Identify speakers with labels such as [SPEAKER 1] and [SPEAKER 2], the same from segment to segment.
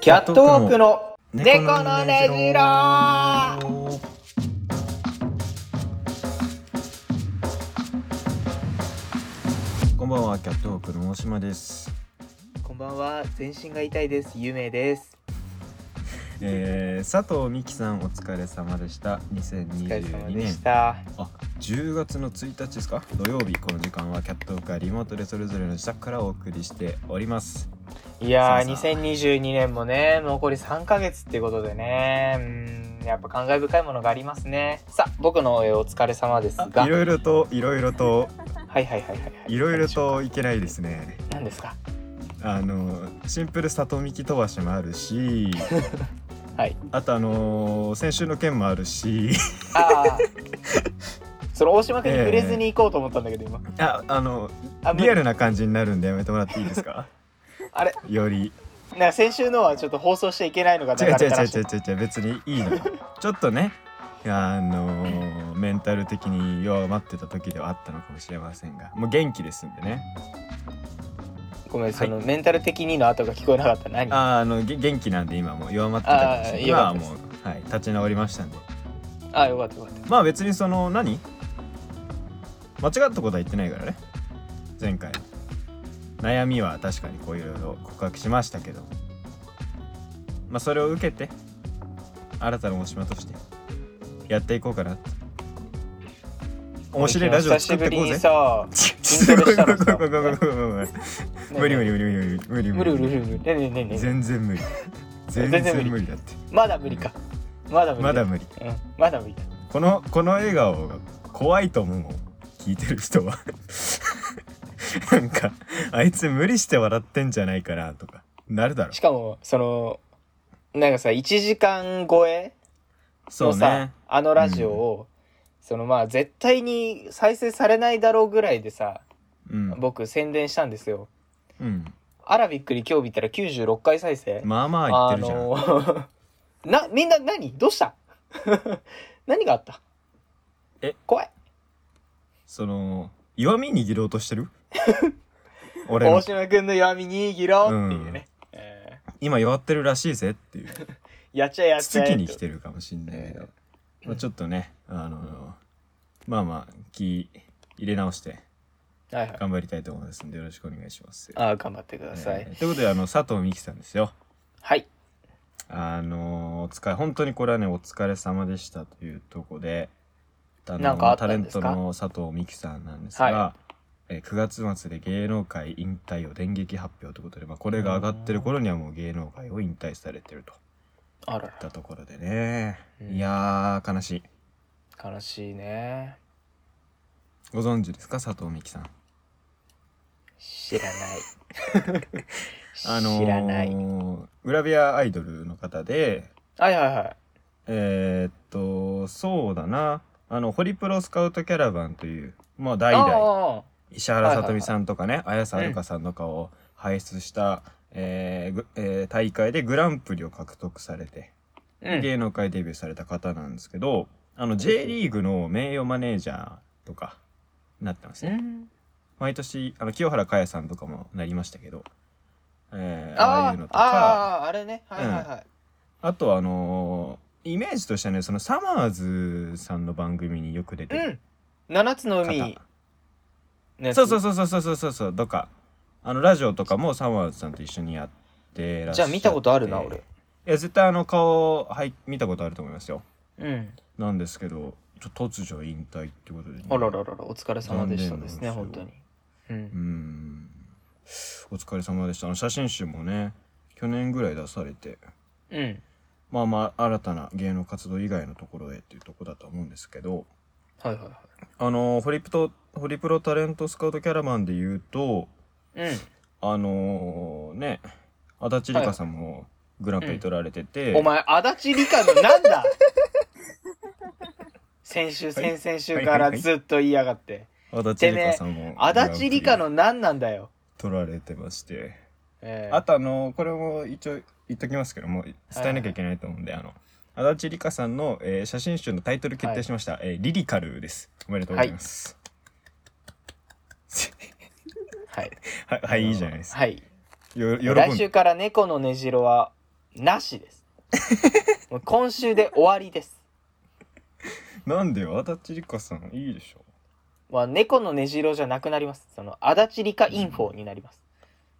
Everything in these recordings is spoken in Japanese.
[SPEAKER 1] キャットウォークの猫のねじろ
[SPEAKER 2] こんばんはキャットウォークの大島です、
[SPEAKER 1] こんばんは全身が痛いですゆめです
[SPEAKER 2] えー、佐藤美希さんお疲れ様でした
[SPEAKER 1] お疲れ様
[SPEAKER 2] 2022
[SPEAKER 1] で
[SPEAKER 2] 年
[SPEAKER 1] した
[SPEAKER 2] あ10月の1日ですか土曜日この時間はキャットウォークがリモートでそれぞれの自宅からお送りしております
[SPEAKER 1] いやー
[SPEAKER 2] さあさあ
[SPEAKER 1] 2022年もね残り3ヶ月っていうことでねうんやっぱ感慨深いものがありますねさあ僕のえーお疲れ様ですが
[SPEAKER 2] いろいろといろいろと
[SPEAKER 1] はいはいはいはい
[SPEAKER 2] いろいろといけないですね
[SPEAKER 1] 何ですか
[SPEAKER 2] あのシンプル里見き飛ばしもあるし
[SPEAKER 1] はい
[SPEAKER 2] あとあの先週の件もあるし
[SPEAKER 1] ああその大島君に触れずに行こうと思ったんだけど今
[SPEAKER 2] ああの
[SPEAKER 1] あ無理
[SPEAKER 2] リアルな感じになるんでやめてもらっていいですか
[SPEAKER 1] あれ
[SPEAKER 2] より
[SPEAKER 1] なんか先週のはちょっと放送しちゃいけないのが流
[SPEAKER 2] 違う
[SPEAKER 1] れ
[SPEAKER 2] 違う
[SPEAKER 1] た
[SPEAKER 2] 違う
[SPEAKER 1] らしい
[SPEAKER 2] 違う違う別にいいのよちょっとねあのメンタル的に弱まってた時ではあったのかもしれませんがもう元気ですんでね
[SPEAKER 1] ごめん
[SPEAKER 2] は
[SPEAKER 1] そ
[SPEAKER 2] い
[SPEAKER 1] のメンタル的にの後が聞こえなかった何
[SPEAKER 2] あーあのげ元気なんで今もう弱まってたかもしれない
[SPEAKER 1] あー
[SPEAKER 2] 今は
[SPEAKER 1] よかった
[SPEAKER 2] もう、はい、立ち直りましたんで
[SPEAKER 1] あよかったよかっ
[SPEAKER 2] まあ別にその何間違ったことは言ってないからね前回悩みは確かにこういろいろ告白しましたけどまあそれを受けて新たな大島としてやっていこうかなって
[SPEAKER 1] た
[SPEAKER 2] 面白いラジオ作ってこ
[SPEAKER 1] 久しぶ
[SPEAKER 2] う
[SPEAKER 1] りに
[SPEAKER 2] ぜ
[SPEAKER 1] さ
[SPEAKER 2] すごい
[SPEAKER 1] 筋トレしたのさ
[SPEAKER 2] ごめんごめんごめんごめん無理無理無理無理無理
[SPEAKER 1] 無理無理無理ねえねえねえねえ
[SPEAKER 2] 全然無理全
[SPEAKER 1] 全然無理
[SPEAKER 2] 然無理だって
[SPEAKER 1] まだ無理かまだ無理
[SPEAKER 2] まだ無理
[SPEAKER 1] うんまだ無理だ
[SPEAKER 2] このこの笑顔が怖いと思うもん聞いてる人は なんかあいつ無理して笑ってんじゃないかなとかなるだろ
[SPEAKER 1] しかもそのなんかさ1時間超え
[SPEAKER 2] そ
[SPEAKER 1] の
[SPEAKER 2] う
[SPEAKER 1] さ、
[SPEAKER 2] ね
[SPEAKER 1] あのラジオを、そのまあ絶対に再生されないだろうぐらいでさ
[SPEAKER 2] うん、
[SPEAKER 1] 僕宣伝したんですよ
[SPEAKER 2] うん、
[SPEAKER 1] アラビックに今日見たら96回再生、
[SPEAKER 2] まあまあ言ってるじゃん、
[SPEAKER 1] ー なみんな何どうした 何があった
[SPEAKER 2] え
[SPEAKER 1] 怖い
[SPEAKER 2] その弱み握ろうとしてる 俺
[SPEAKER 1] 大
[SPEAKER 2] の
[SPEAKER 1] 島君の弱み握ろうっていうね、え
[SPEAKER 2] 今弱ってるらしいぜっ ていう
[SPEAKER 1] ーやっちゃえやっ
[SPEAKER 2] つ
[SPEAKER 1] ちゃえ
[SPEAKER 2] つきに来てるかもしんないけど、まあ、ちょっとねあのまあまあ気入れ直して
[SPEAKER 1] はいはい
[SPEAKER 2] 頑張りたいと思いますんでよろしくお願いします
[SPEAKER 1] ああ頑張ってください、
[SPEAKER 2] えーということであの佐藤美希さんですよ
[SPEAKER 1] はい
[SPEAKER 2] あのーお疲れ本当にこれはねお疲れ様でしたというとこであの
[SPEAKER 1] なんかあった
[SPEAKER 2] タレ
[SPEAKER 1] ん
[SPEAKER 2] ン
[SPEAKER 1] です
[SPEAKER 2] ト
[SPEAKER 1] か
[SPEAKER 2] の佐藤美希さんなんですが、
[SPEAKER 1] は
[SPEAKER 2] えー9月末で芸能界引退を電撃発表ということで、まあ、これが上がってる頃にはもう芸能界を引退されてるとい
[SPEAKER 1] あら
[SPEAKER 2] ったところでね、
[SPEAKER 1] うん
[SPEAKER 2] いやー悲しい
[SPEAKER 1] ら悲しいね
[SPEAKER 2] ご存知ですか佐藤美希さん
[SPEAKER 1] 知らない
[SPEAKER 2] あのー
[SPEAKER 1] 知らない
[SPEAKER 2] グラビアアイドルの方で
[SPEAKER 1] はいはいはい
[SPEAKER 2] えーっとそうだなあのホリプロスカウトキャラバンというまあ
[SPEAKER 1] あ
[SPEAKER 2] 代々
[SPEAKER 1] あ
[SPEAKER 2] 石原さとみさんとかね綾瀬はるかさんとかを輩出した、えーぐえー大会でグランプリを獲得されて、
[SPEAKER 1] ああうん
[SPEAKER 2] 芸能界デビューされた方なんですけどあの J リーグの名誉マネージャーとかになってますね、
[SPEAKER 1] うん
[SPEAKER 2] 毎年あの清原果耶さんとかもなりましたけど、えーああ
[SPEAKER 1] あ
[SPEAKER 2] いうの
[SPEAKER 1] ー
[SPEAKER 2] とか
[SPEAKER 1] あーあれねはいはいはい、
[SPEAKER 2] あとあのーイメージとしてはねそのサマーズさんの番組によく出て
[SPEAKER 1] う
[SPEAKER 2] る
[SPEAKER 1] ん七つの海のやつ
[SPEAKER 2] そうそうそうそうそうそうそうそうとかあのラジオとかもサマーズさんと一緒にやってらっし
[SPEAKER 1] じ
[SPEAKER 2] ゃ
[SPEAKER 1] ゃ
[SPEAKER 2] っ
[SPEAKER 1] あ
[SPEAKER 2] て
[SPEAKER 1] 見たことあるな俺
[SPEAKER 2] いや絶対あの顔はい見たことあると思いますよ
[SPEAKER 1] うん
[SPEAKER 2] なんですけどちょ突如引退ってことで、ね、
[SPEAKER 1] あららららお疲れ様でした
[SPEAKER 2] 残念なん
[SPEAKER 1] で
[SPEAKER 2] ですす
[SPEAKER 1] ね
[SPEAKER 2] よ
[SPEAKER 1] 本当にう
[SPEAKER 2] うんんお疲れ様でしたあの写真集もね去年ぐらい出されて
[SPEAKER 1] うん
[SPEAKER 2] まあまあ新たな芸能活動以外のところへっていうところだと思うんですけど
[SPEAKER 1] はいはいは
[SPEAKER 2] あのホリプトホリプロタレントスカウトキャラバンで言うと
[SPEAKER 1] い
[SPEAKER 2] あのー、ね足立梨花さんもグランプリ取られてて、
[SPEAKER 1] うんお前足立理科のなん だ先週
[SPEAKER 2] はい
[SPEAKER 1] 先々週からずっと言いやがって
[SPEAKER 2] 足立梨花さんも
[SPEAKER 1] 足立理科の何なんだよ
[SPEAKER 2] 取られてまして
[SPEAKER 1] ええ
[SPEAKER 2] あとあのこれも一応言っときますけども伝えなきゃいけないと思うんで、あの足立梨花さんの、えー写真集のタイトル決定しました、えーリリカルですおめでとうございます
[SPEAKER 1] はい
[SPEAKER 2] はい、はい、いいじゃないですか
[SPEAKER 1] はい
[SPEAKER 2] よ喜ん
[SPEAKER 1] 来
[SPEAKER 2] で
[SPEAKER 1] 週から猫のねじろはなしですもう今週で終わりです、
[SPEAKER 2] なんでよ足立梨花さんいいでしょ
[SPEAKER 1] まあ、猫のねじろじゃなくなりますその足立理科インフォになります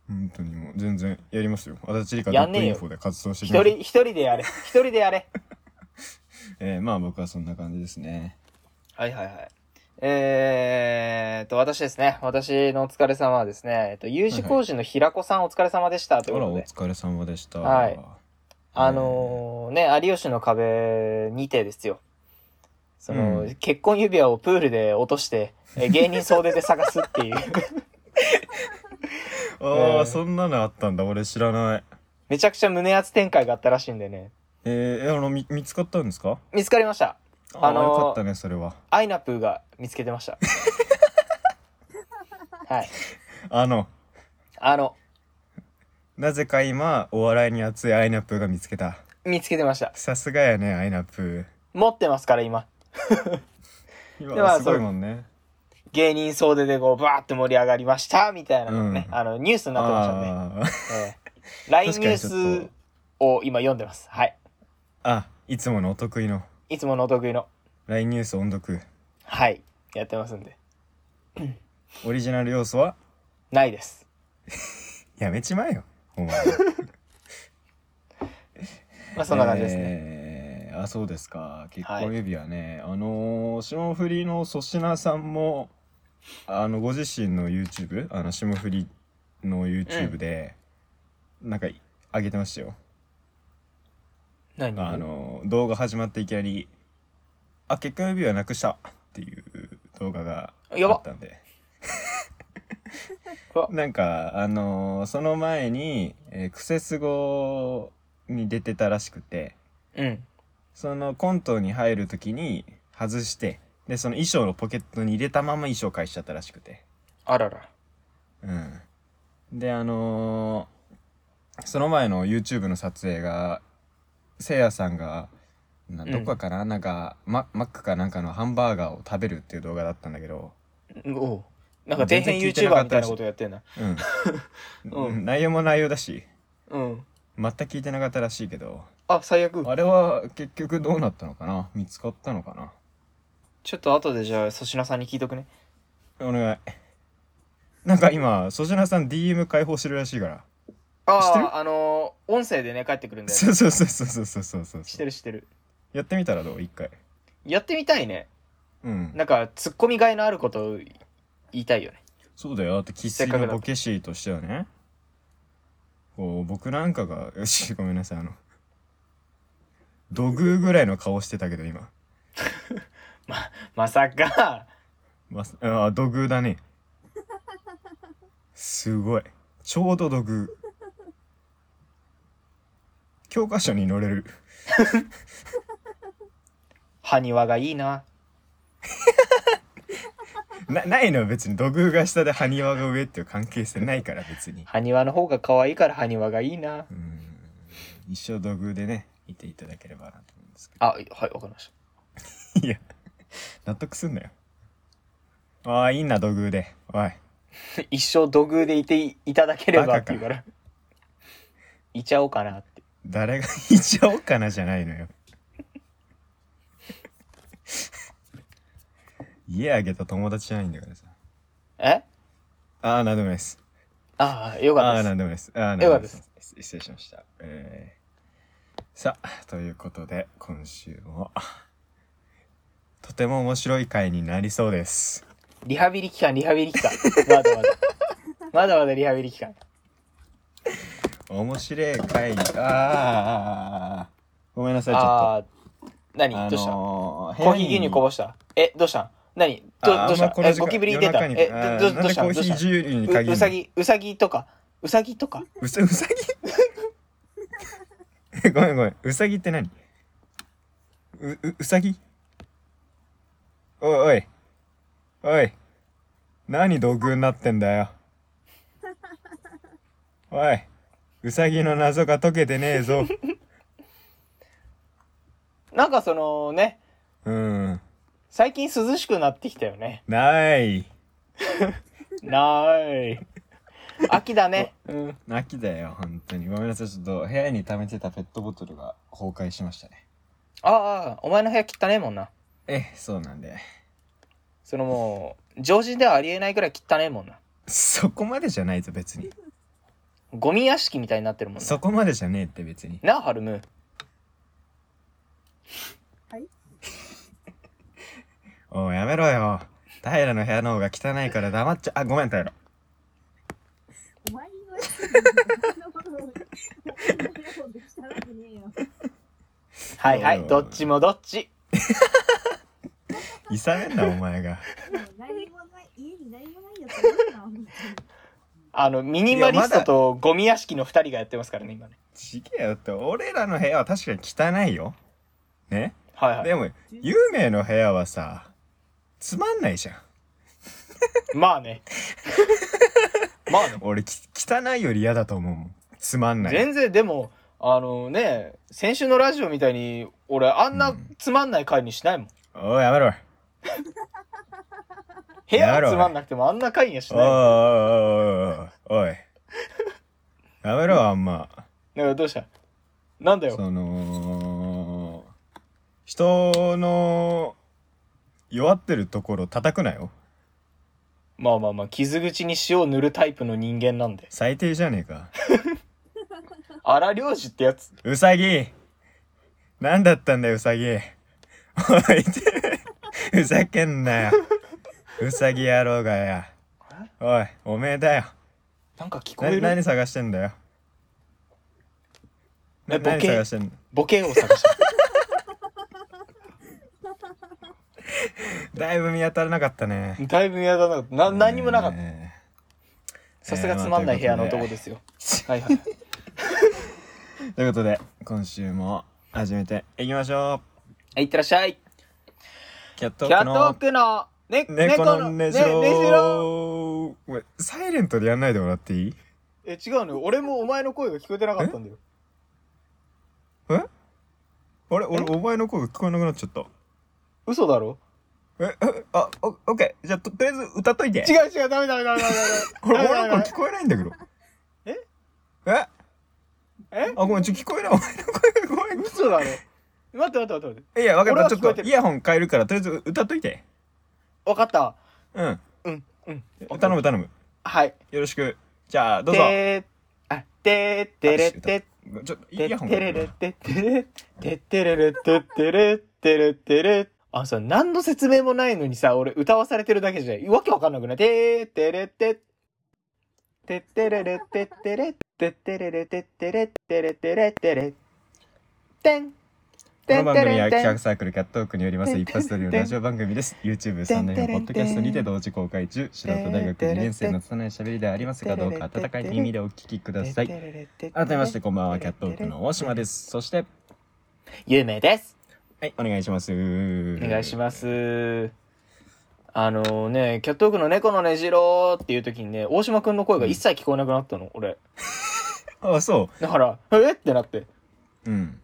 [SPEAKER 2] 本当にもう全然やりますよ足立梨
[SPEAKER 1] や
[SPEAKER 2] 花
[SPEAKER 1] ん
[SPEAKER 2] ド
[SPEAKER 1] ねえよ
[SPEAKER 2] ットインフォで活動して
[SPEAKER 1] 一
[SPEAKER 2] きます
[SPEAKER 1] 人一人でやれ一人でやれ
[SPEAKER 2] えー、まあ僕はそんな感じですね
[SPEAKER 1] はいはいはい。えーっと、私ですね。私のお疲れ様はですね、えっと、有事工事の平子さんお疲れ様でした
[SPEAKER 2] あ
[SPEAKER 1] というこ
[SPEAKER 2] ら
[SPEAKER 1] と
[SPEAKER 2] お
[SPEAKER 1] で、
[SPEAKER 2] 疲れ様でした
[SPEAKER 1] はいあのーね、有吉の壁にてですよ。その、
[SPEAKER 2] うん
[SPEAKER 1] 結婚指輪をプールで落として、えー芸人総出で探すって いう。
[SPEAKER 2] あー、
[SPEAKER 1] えー
[SPEAKER 2] そんなのあったんだ俺知らない
[SPEAKER 1] めちゃくちゃ胸圧展開があったらしいんでね。
[SPEAKER 2] えー、あのみ見つかったんですか
[SPEAKER 1] 見つかりました。
[SPEAKER 2] あー、
[SPEAKER 1] あのー
[SPEAKER 2] よかったねそれは
[SPEAKER 1] アイナプーが見つけてま した。はい。
[SPEAKER 2] あの
[SPEAKER 1] あの、
[SPEAKER 2] なぜか今お笑いに熱いアイナプーが見つけた
[SPEAKER 1] 見つけてました。
[SPEAKER 2] さすがやねアイナプー
[SPEAKER 1] 持ってますから、今。
[SPEAKER 2] 今
[SPEAKER 1] でまあ
[SPEAKER 2] すごいもんね
[SPEAKER 1] 芸人総出でこうバーって盛り上がりましたみたいなのね、
[SPEAKER 2] うん
[SPEAKER 1] あのニュースになってましたね、
[SPEAKER 2] あー
[SPEAKER 1] ええ LINE
[SPEAKER 2] 確
[SPEAKER 1] ニュ
[SPEAKER 2] かにちょっと
[SPEAKER 1] ースを今読んでますはい
[SPEAKER 2] あいつものお得意の
[SPEAKER 1] いつものお得意の
[SPEAKER 2] LINE ニュース音読
[SPEAKER 1] はいやってますんで
[SPEAKER 2] オリジナル要素は
[SPEAKER 1] ないです
[SPEAKER 2] やめちまえよお前
[SPEAKER 1] まあそんな感じですね、
[SPEAKER 2] ね、えーあそうですか結婚指輪ね、あのー霜降りの粗品さんもあのご自身の YouTube あの霜降りの YouTube で、なんか上げてましたよ
[SPEAKER 1] 何
[SPEAKER 2] あの動画始まっていきなり「あ結婚指輪なくした」っていう動画が
[SPEAKER 1] や
[SPEAKER 2] あ
[SPEAKER 1] ば
[SPEAKER 2] ったんで
[SPEAKER 1] うわ
[SPEAKER 2] なんかあのーその前に、えークセスゴに出てたらしくて
[SPEAKER 1] うん
[SPEAKER 2] そのコントに入る時に外してでその衣装のポケットに入れたまま衣装返しちゃったらしくて
[SPEAKER 1] あらら
[SPEAKER 2] うんであのーその前の YouTube の撮影がせいやさんがな
[SPEAKER 1] うん
[SPEAKER 2] どこかな、なんかママックかなんかのハンバーガーを食べるっていう動画だったんだけど、
[SPEAKER 1] おうなんか底辺
[SPEAKER 2] 全然聞いてなか
[SPEAKER 1] YouTuber
[SPEAKER 2] っ
[SPEAKER 1] み
[SPEAKER 2] た
[SPEAKER 1] たい
[SPEAKER 2] らし
[SPEAKER 1] な
[SPEAKER 2] い
[SPEAKER 1] ことやってんな
[SPEAKER 2] うん
[SPEAKER 1] うん
[SPEAKER 2] 内容も内容だし
[SPEAKER 1] うん
[SPEAKER 2] 全く聞いてなかったらしいけど
[SPEAKER 1] あ最悪
[SPEAKER 2] あれは結局どうなったのかな見つかったのかな
[SPEAKER 1] ちょっと後でじゃあ粗品さんに聞いとくね
[SPEAKER 2] お願いなんか今粗品さん DM 解放してるらしいから知っ
[SPEAKER 1] あ
[SPEAKER 2] てる
[SPEAKER 1] ああのー音声でね帰ってくるんだよ
[SPEAKER 2] そうそうそうそうそうそうそう
[SPEAKER 1] 知ってる知ってる
[SPEAKER 2] やってみたらどう一回
[SPEAKER 1] やってみたいね
[SPEAKER 2] うん
[SPEAKER 1] なんかツッコミがいのあることを言いたいよね
[SPEAKER 2] そうだよだって生
[SPEAKER 1] せっ
[SPEAKER 2] 粋
[SPEAKER 1] かくだ
[SPEAKER 2] の
[SPEAKER 1] と
[SPEAKER 2] ボケ師としてはねこう僕なんかがよしごめんなさいあの土偶ぐらいの顔してたけど今、
[SPEAKER 1] まさか
[SPEAKER 2] まさ、ああ土偶だねすごいちょうど土偶教科書に載れる
[SPEAKER 1] 埴輪がいいな
[SPEAKER 2] なないのよ別に土偶が下で埴輪が上っていう関係性ないから別に
[SPEAKER 1] 埴輪の方が可愛いから埴輪がいいな
[SPEAKER 2] うん一生土偶でねいていただければなと思うんですけ
[SPEAKER 1] あはいわかりまし
[SPEAKER 2] どいや納得すんなよああいいな土偶でおい
[SPEAKER 1] た一生土偶でいていただければ
[SPEAKER 2] バ
[SPEAKER 1] ってい
[SPEAKER 2] カか
[SPEAKER 1] うからいちゃおうかなって
[SPEAKER 2] 誰が いちゃおうかなじゃないのよ家あげた友達じゃないんだからさ
[SPEAKER 1] え
[SPEAKER 2] ああなんでもないです
[SPEAKER 1] ああよかっ
[SPEAKER 2] ああ
[SPEAKER 1] たで
[SPEAKER 2] なんでもないですああなん
[SPEAKER 1] よかったです
[SPEAKER 2] 失礼しましたえーさあということで今週もとても面白い回になりそうです
[SPEAKER 1] すリハビリ期間リハビリ期間まだまだまだまだリハビリ期間
[SPEAKER 2] 面白い回あーごめんなさいちょっと
[SPEAKER 1] ああ何
[SPEAKER 2] あの
[SPEAKER 1] どうしたコ
[SPEAKER 2] コ
[SPEAKER 1] ーヒー牛乳こぼしたえどうした何どどうしたえゴキブリ出たえどどどうした
[SPEAKER 2] コ
[SPEAKER 1] どう
[SPEAKER 2] ーヒ
[SPEAKER 1] した
[SPEAKER 2] ー牛乳に限る
[SPEAKER 1] ううさぎうさぎとかうさぎとか
[SPEAKER 2] うさう さぎごめんごめんうさぎって何うううさぎおいおいおい何土偶になってんだよ おいうさぎの謎が解けてねえぞ
[SPEAKER 1] なんかそのね
[SPEAKER 2] うん
[SPEAKER 1] 最近涼しくなってきたよね
[SPEAKER 2] ない
[SPEAKER 1] なーい。秋だね。うん。
[SPEAKER 2] 秋だよ本当にごめんなさいちょっと部屋に溜めてたペットボトルが崩壊しましたね
[SPEAKER 1] ああ、お前の部屋汚ねえもんな。
[SPEAKER 2] ええそうなんで
[SPEAKER 1] そのもう、常人ではありえないぐらい汚ねえもんな。
[SPEAKER 2] そこまでじゃないぞ別に
[SPEAKER 1] ゴミ屋敷みたいになってるもん
[SPEAKER 2] そ
[SPEAKER 1] な。
[SPEAKER 2] こまでじゃねえって別に
[SPEAKER 1] なあ、ハルム。
[SPEAKER 2] おいやめろよ平の部屋の方が汚いから黙っちゃあごめん平
[SPEAKER 3] お前のやつそんなことお前のこと汚くねえよ。
[SPEAKER 1] はいはい、
[SPEAKER 2] うん
[SPEAKER 1] どっちもどっち。
[SPEAKER 2] いさめんなお前が
[SPEAKER 3] もう何もない、家に何もないやつなんな、本当に。
[SPEAKER 1] あの、ミニマリストとゴミ屋敷の二人がやってますからね、今ね。
[SPEAKER 2] ちげえよって俺らの部屋は確かに汚いよね
[SPEAKER 1] はいはい。
[SPEAKER 2] でも有名の部屋はさつまんないじゃん
[SPEAKER 1] まあ ね。まあね。
[SPEAKER 2] 俺き汚いより嫌だと思うもんつまんない
[SPEAKER 1] 全然、でも、あのね、先週のラジオみたいに、俺、あん
[SPEAKER 2] う
[SPEAKER 1] なんつまんない回にしないもん。
[SPEAKER 2] おいやめろ
[SPEAKER 1] 部屋
[SPEAKER 2] や
[SPEAKER 1] は
[SPEAKER 2] ろう
[SPEAKER 1] つまんなくてもあんな回にはし
[SPEAKER 2] お
[SPEAKER 1] ないもん。
[SPEAKER 2] いおいおいおいおいおいやめろあんま
[SPEAKER 1] だからどうしたなんだよ。
[SPEAKER 2] その人の弱ってるところ叩くなよ
[SPEAKER 1] まあまあまあ、傷口に塩を塗るタイプの人間なんで。
[SPEAKER 2] 最低じゃねえか
[SPEAKER 1] 荒漁師ってやつ。
[SPEAKER 2] うさぎ何だったんだようさぎおいふざけんなようさぎ野郎がやおいおめえだよ
[SPEAKER 1] なんか聞こ
[SPEAKER 2] な
[SPEAKER 1] える
[SPEAKER 2] 何探してんだよな
[SPEAKER 1] えボ
[SPEAKER 2] 何
[SPEAKER 1] ケ
[SPEAKER 2] 探してんの
[SPEAKER 1] ボケを探 してる。
[SPEAKER 2] だいぶ見当たらなかったね
[SPEAKER 1] だいぶ嫌だな。な、何もなかった。
[SPEAKER 2] え
[SPEAKER 1] さすがつまんない部屋の男ですよ。はいはい。
[SPEAKER 2] ーということで今週も始めていきましょ
[SPEAKER 1] はい、いってらっしゃい。
[SPEAKER 2] うキャット
[SPEAKER 1] キ
[SPEAKER 2] オー
[SPEAKER 1] ャッ
[SPEAKER 2] ク
[SPEAKER 1] ト
[SPEAKER 2] の
[SPEAKER 1] ークの、ね、
[SPEAKER 2] 猫の
[SPEAKER 1] ね
[SPEAKER 2] ねじ
[SPEAKER 1] じ
[SPEAKER 2] ろ
[SPEAKER 1] ろ
[SPEAKER 2] うごめんサイレントでやんないでもらっていい
[SPEAKER 1] え、違うのよ。俺もお前の声が聞こえてなかったんだよ。
[SPEAKER 2] あれ俺お前の声が聞こえなくなっちゃった
[SPEAKER 1] 嘘だろ
[SPEAKER 2] え、えあ、オオッケー。じゃあ、ととりあえず歌っといて。
[SPEAKER 1] 違う違う、ダメダメダメダメダメ。ダ
[SPEAKER 2] 俺、
[SPEAKER 1] メダ
[SPEAKER 2] 俺
[SPEAKER 1] メダ
[SPEAKER 2] の声
[SPEAKER 1] メ
[SPEAKER 2] 聞こえないんだけど。
[SPEAKER 1] え
[SPEAKER 2] えあ、
[SPEAKER 1] え
[SPEAKER 2] ごめん、ちょ、聞こえない。お前の声がごめん。
[SPEAKER 1] 嘘だろ。待って待って待って待って。
[SPEAKER 2] いや、わかっ
[SPEAKER 1] 俺は
[SPEAKER 2] た。ちょ
[SPEAKER 1] 聞こえ
[SPEAKER 2] ってと、
[SPEAKER 1] る
[SPEAKER 2] イヤホン変えるから、とりあえず歌っといて。
[SPEAKER 1] わかった。
[SPEAKER 2] うん。
[SPEAKER 1] うん、うん。
[SPEAKER 2] 頼む、頼む。
[SPEAKER 1] はい。
[SPEAKER 2] よろしく。じゃあ、どうぞ。
[SPEAKER 1] てー、あ、てー、てれて、
[SPEAKER 2] ちょっと、イ
[SPEAKER 1] て
[SPEAKER 2] ヤホン
[SPEAKER 1] って
[SPEAKER 2] 変え
[SPEAKER 1] れれ
[SPEAKER 2] る
[SPEAKER 1] てってれ、てってれれてってれ、てれてれ。あ、さ、何の説明もないのにさ、俺歌わされてるだけじゃない。わけわかんなくないてー、てれて、てってれれてってれ、てってれれてってれ、てれてれてれ。てん。
[SPEAKER 2] この番組は
[SPEAKER 1] てんてんてん
[SPEAKER 2] 企画サークルキャットオークによります一発撮りのラジオ番組です。YouTube、スタンド FM、ポッドキャストにて同時公開中、素人大学2年生の拙い喋りではありますが、どうか温かい耳でお聞きください。改めましてこんばんはキャットウォークの大島ですそして
[SPEAKER 1] 有名です。
[SPEAKER 2] はいお願いします
[SPEAKER 1] お
[SPEAKER 2] お
[SPEAKER 1] 願いします。あのね、キャットウォークの猫のねじろうっていう時にね、大島くんの声が一切聞こえなくなったの、俺。
[SPEAKER 2] あそ
[SPEAKER 1] だから、えってなって。
[SPEAKER 2] ううん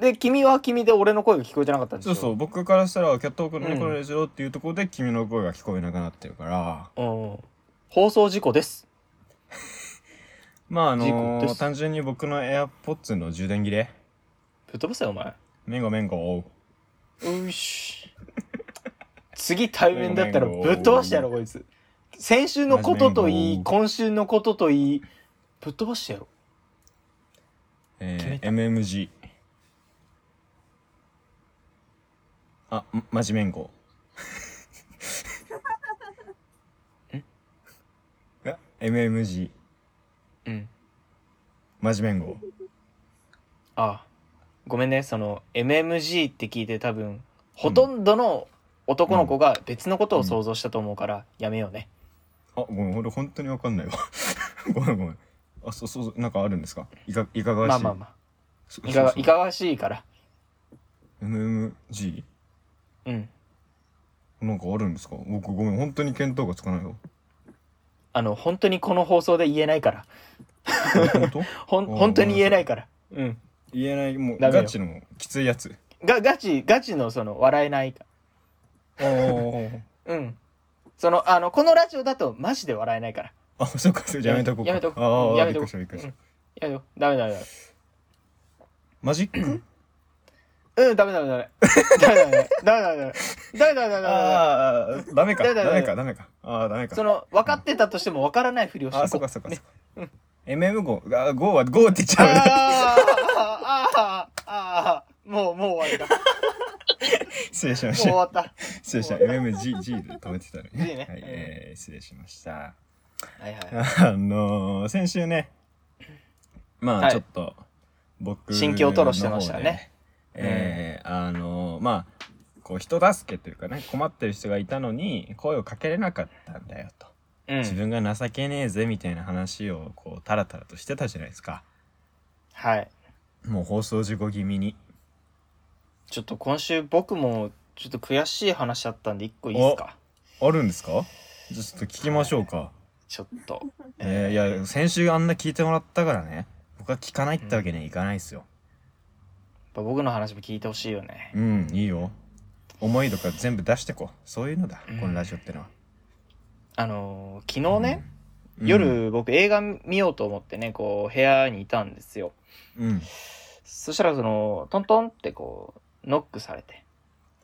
[SPEAKER 1] で、君は君で俺の声が聞こえてなかったんです
[SPEAKER 2] そう
[SPEAKER 1] よ。
[SPEAKER 2] そう
[SPEAKER 1] う
[SPEAKER 2] 僕からしたらキャットウォークの猫
[SPEAKER 1] うん
[SPEAKER 2] のレジロっていうところで君の声が聞こえなくなってるから
[SPEAKER 1] そう。うん。放送事故です。
[SPEAKER 2] まああの
[SPEAKER 1] 事故で
[SPEAKER 2] ー
[SPEAKER 1] す
[SPEAKER 2] 単純に僕のエアポッツの充電切れ
[SPEAKER 1] ぶっ飛ばせよ、お前。
[SPEAKER 2] めんごめんご
[SPEAKER 1] ういし。次対面だったらぶっ飛ばしてやろう、こいつ。先週のことといい、今週のことといい、ぶっ飛ばしてやろう。決め
[SPEAKER 2] えー MMG あまじめんごえ MMG
[SPEAKER 1] うん。
[SPEAKER 2] まじめんご
[SPEAKER 1] ああごめんねその MMG って聞いて多分ほとんどの男の子が別のことを想像したと思うからやめようね、
[SPEAKER 2] あ、ごめん、俺本当にわかんないわ。 ごめんごめん。あ、そうそうそう、なんかあるんですかいか、いかがわしい
[SPEAKER 1] まあまあまあい
[SPEAKER 2] い
[SPEAKER 1] かがいか
[SPEAKER 2] が
[SPEAKER 1] がわしいから
[SPEAKER 2] ?MMG?
[SPEAKER 1] うん
[SPEAKER 2] なんかあるんですか僕ごめん、本当に見当がつか ないよ。
[SPEAKER 1] あの本当にこの放送で言えないから
[SPEAKER 2] あ本当
[SPEAKER 1] ほん
[SPEAKER 2] おー
[SPEAKER 1] 本当に言えないからうん
[SPEAKER 2] 言えない、もう
[SPEAKER 1] ダメよ
[SPEAKER 2] ガチのきついやつ。
[SPEAKER 1] がガチガチのその笑えないか
[SPEAKER 2] ああ。
[SPEAKER 1] うんそのあのこのラジオだとマジで笑えないから
[SPEAKER 2] ああそうかそうかじゃあやめとこうか
[SPEAKER 1] やめとこう
[SPEAKER 2] ああ
[SPEAKER 1] やめとこう
[SPEAKER 2] びっくりしたびっくりした、
[SPEAKER 1] やだよダメダメダメ
[SPEAKER 2] マジック
[SPEAKER 1] うんダメダメダメダメダメダメダメダメダメダメダメダメダメダメ
[SPEAKER 2] ああダメか
[SPEAKER 1] だだだ
[SPEAKER 2] ダメかダメかああダメか
[SPEAKER 1] その分かってたとしても分からないふりをして
[SPEAKER 2] あ
[SPEAKER 1] こ
[SPEAKER 2] あそうかそうかそう
[SPEAKER 1] ね
[SPEAKER 2] か MM5 あ5は5って言っち
[SPEAKER 1] あー
[SPEAKER 2] ゃう
[SPEAKER 1] あーあーあーもうもう終 わりだも
[SPEAKER 2] 失礼し
[SPEAKER 1] う
[SPEAKER 2] まし
[SPEAKER 1] 終
[SPEAKER 2] た
[SPEAKER 1] わった
[SPEAKER 2] 失礼しました MMGG で止めてたね
[SPEAKER 1] G ね
[SPEAKER 2] はい
[SPEAKER 1] うん
[SPEAKER 2] えー失礼しました
[SPEAKER 1] はいはい
[SPEAKER 2] あのー、先週ね、ま
[SPEAKER 1] は
[SPEAKER 2] あ
[SPEAKER 1] い
[SPEAKER 2] ちょっと、僕の方で、
[SPEAKER 1] 心境吐露してましたね。
[SPEAKER 2] えー、あのー、まあ、こう人助けというかね、困ってる人がいたのに、声をかけれなかったんだよと。
[SPEAKER 1] うん
[SPEAKER 2] 自分が情けねえぜみたいな話を、こう、タラタラとしてたじゃないですか。
[SPEAKER 1] はい
[SPEAKER 2] もう放送事故気味に。
[SPEAKER 1] ちょっと今週僕もちょっと悔しい話あったんで一個いいですか
[SPEAKER 2] あるんですかじゃあちょっと聞きましょうか。
[SPEAKER 1] ちょっと
[SPEAKER 2] えー、いや、先週あんな聞いてもらったからね、僕は聞かないってわけにはいかないですよ。
[SPEAKER 1] 僕の話も聞いてほしいよね
[SPEAKER 2] うんいいよ思いとか全部出してこそういうのだ、
[SPEAKER 1] うん
[SPEAKER 2] このラジオってのは
[SPEAKER 1] あのー昨日ね、、
[SPEAKER 2] うん
[SPEAKER 1] 夜僕映画見ようと思ってねこう部屋にいたんですよ
[SPEAKER 2] うん
[SPEAKER 1] そしたらそのトントンってこうノックされて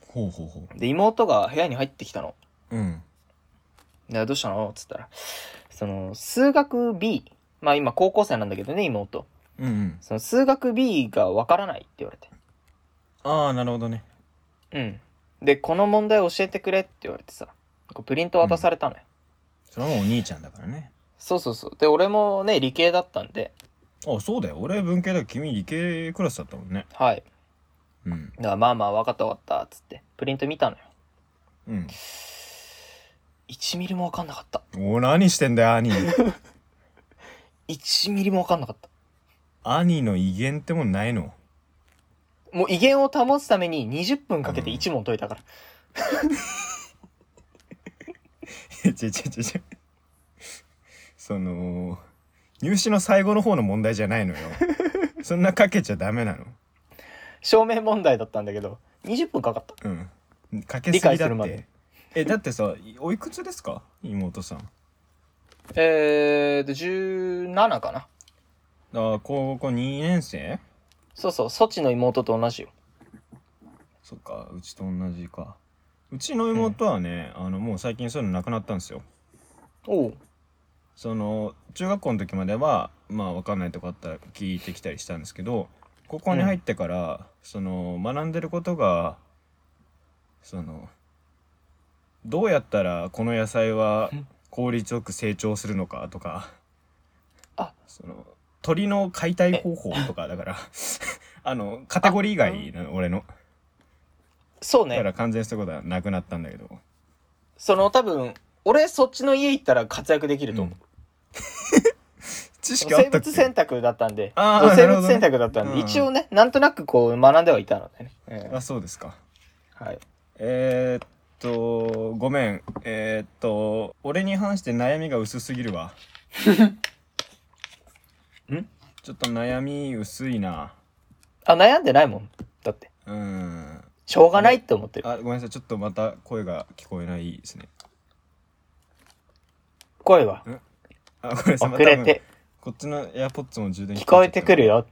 [SPEAKER 2] ほうほうほ
[SPEAKER 1] で妹が部屋に入ってきたの
[SPEAKER 2] ううん
[SPEAKER 1] でどうしたのっつったらその数学 B まあ今高校生なんだけどね妹
[SPEAKER 2] うんうん
[SPEAKER 1] その数学 B がわからないって言われて
[SPEAKER 2] ああなるほどね
[SPEAKER 1] うんでこの問題教えてくれって言われてさこうプリント渡されたのよ、
[SPEAKER 2] それはもうお兄ちゃんだからね
[SPEAKER 1] そうそうそうで俺もね理系だったんで
[SPEAKER 2] あそうだよ俺文系だけど君理系クラスだったもんね
[SPEAKER 1] はい
[SPEAKER 2] うん
[SPEAKER 1] だからまあまあ分かった分かったっつってプリント見たのよ
[SPEAKER 2] うん
[SPEAKER 1] 1ミリも分かんなかった
[SPEAKER 2] お何してんだよ兄
[SPEAKER 1] 1ミリも分かんなかった
[SPEAKER 2] 兄の威厳ってもんないの
[SPEAKER 1] もう威厳を保つために20分かけて1問解いたから、
[SPEAKER 2] ちちちちその入試の最後の方の問題じゃないのよそんなかけちゃダメなの
[SPEAKER 1] 証明問題だったんだけど20分かかった
[SPEAKER 2] うん。かけすぎ
[SPEAKER 1] 理解す
[SPEAKER 2] だ
[SPEAKER 1] る
[SPEAKER 2] っ
[SPEAKER 1] ま
[SPEAKER 2] て
[SPEAKER 1] で。
[SPEAKER 2] え、だってさ、おいくつですか妹さん。
[SPEAKER 1] えーと17かな
[SPEAKER 2] あ高校2年生
[SPEAKER 1] そうそうソチの妹と同じよ
[SPEAKER 2] そっか、うちと同じか。うちの妹はね、あの、もう最近そういうのなくなったんですよ。
[SPEAKER 1] おう
[SPEAKER 2] その、中学校の時までは、まあ、わかんないとこあったら聞いてきたりしたんですけど、高校に入ってから、その、学んでることが、その、どうやったらこの野菜は
[SPEAKER 1] うん
[SPEAKER 2] 効率よく成長するのかとか、
[SPEAKER 1] あ
[SPEAKER 2] その鳥の解体方法とかだから あのカテゴリー以外なの俺の
[SPEAKER 1] そう
[SPEAKER 2] だか
[SPEAKER 1] ね
[SPEAKER 2] ら完全にそういうことはなくなったんだけど
[SPEAKER 1] その多分俺そっちの家行ったら活躍できると思う、
[SPEAKER 2] 知識あっ
[SPEAKER 1] 生
[SPEAKER 2] たっけ
[SPEAKER 1] 物選択だったんで
[SPEAKER 2] あー
[SPEAKER 1] そう
[SPEAKER 2] な
[SPEAKER 1] 生
[SPEAKER 2] るほど
[SPEAKER 1] 物
[SPEAKER 2] ね
[SPEAKER 1] 選択だったんで、
[SPEAKER 2] うん
[SPEAKER 1] 一応ねなんとなくこう学んではいたのでね、え
[SPEAKER 2] あそうですか
[SPEAKER 1] ーはい、
[SPEAKER 2] えー、っとごめんえー、っと俺に反して悩みが薄すぎるわ
[SPEAKER 1] ん
[SPEAKER 2] ちょっと悩み薄いな
[SPEAKER 1] あ悩んでないもんだって
[SPEAKER 2] うん
[SPEAKER 1] しょうがないって思ってる
[SPEAKER 2] あごめんなさいちょっとまた声が聞こえないですね
[SPEAKER 1] 声は
[SPEAKER 2] あごめんなさい
[SPEAKER 1] 遅
[SPEAKER 2] また
[SPEAKER 1] れて
[SPEAKER 2] こっちのエアポッツも充電
[SPEAKER 1] 聞こえてくる
[SPEAKER 2] よ
[SPEAKER 1] よ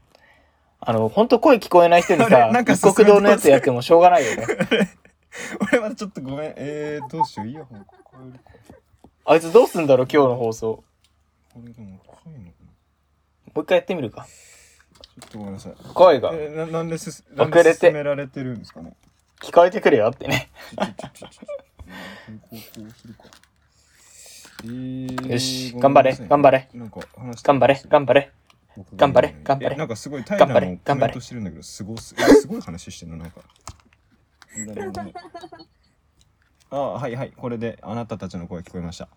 [SPEAKER 1] あの本当声聞こえない人に
[SPEAKER 2] あ
[SPEAKER 1] さ
[SPEAKER 2] れ なんか
[SPEAKER 1] 一国堂のやつやってもしょうがないよね
[SPEAKER 2] 俺はちょっとごめんえー、どうしようイヤホン聞こえるか
[SPEAKER 1] あいつどうすんだろう今日の放送
[SPEAKER 2] これでも高いのかな
[SPEAKER 1] もう一回やってみるか
[SPEAKER 2] ちょっとごめんなさい。
[SPEAKER 1] 声が
[SPEAKER 2] えー、ななんですすなん
[SPEAKER 1] 遅
[SPEAKER 2] で
[SPEAKER 1] れて
[SPEAKER 2] 進められてるんですかね。
[SPEAKER 1] 聞こえてくるよってね
[SPEAKER 2] ちょちょちょちょちょこうこうするか。えー
[SPEAKER 1] よし
[SPEAKER 2] ごめんなさい
[SPEAKER 1] 頑張れ
[SPEAKER 2] なんか話して
[SPEAKER 1] 頑張れ頑張れ頑張れ頑張れ
[SPEAKER 2] えなんかすごいタイラの
[SPEAKER 1] 頑張れ
[SPEAKER 2] コ
[SPEAKER 1] 頑
[SPEAKER 2] メ
[SPEAKER 1] 張
[SPEAKER 2] ン
[SPEAKER 1] れ
[SPEAKER 2] トしてるんだけど、すごいす、えすごい話してるの、なん か。ああ、はいはい、これであなたたちの声聞こえました。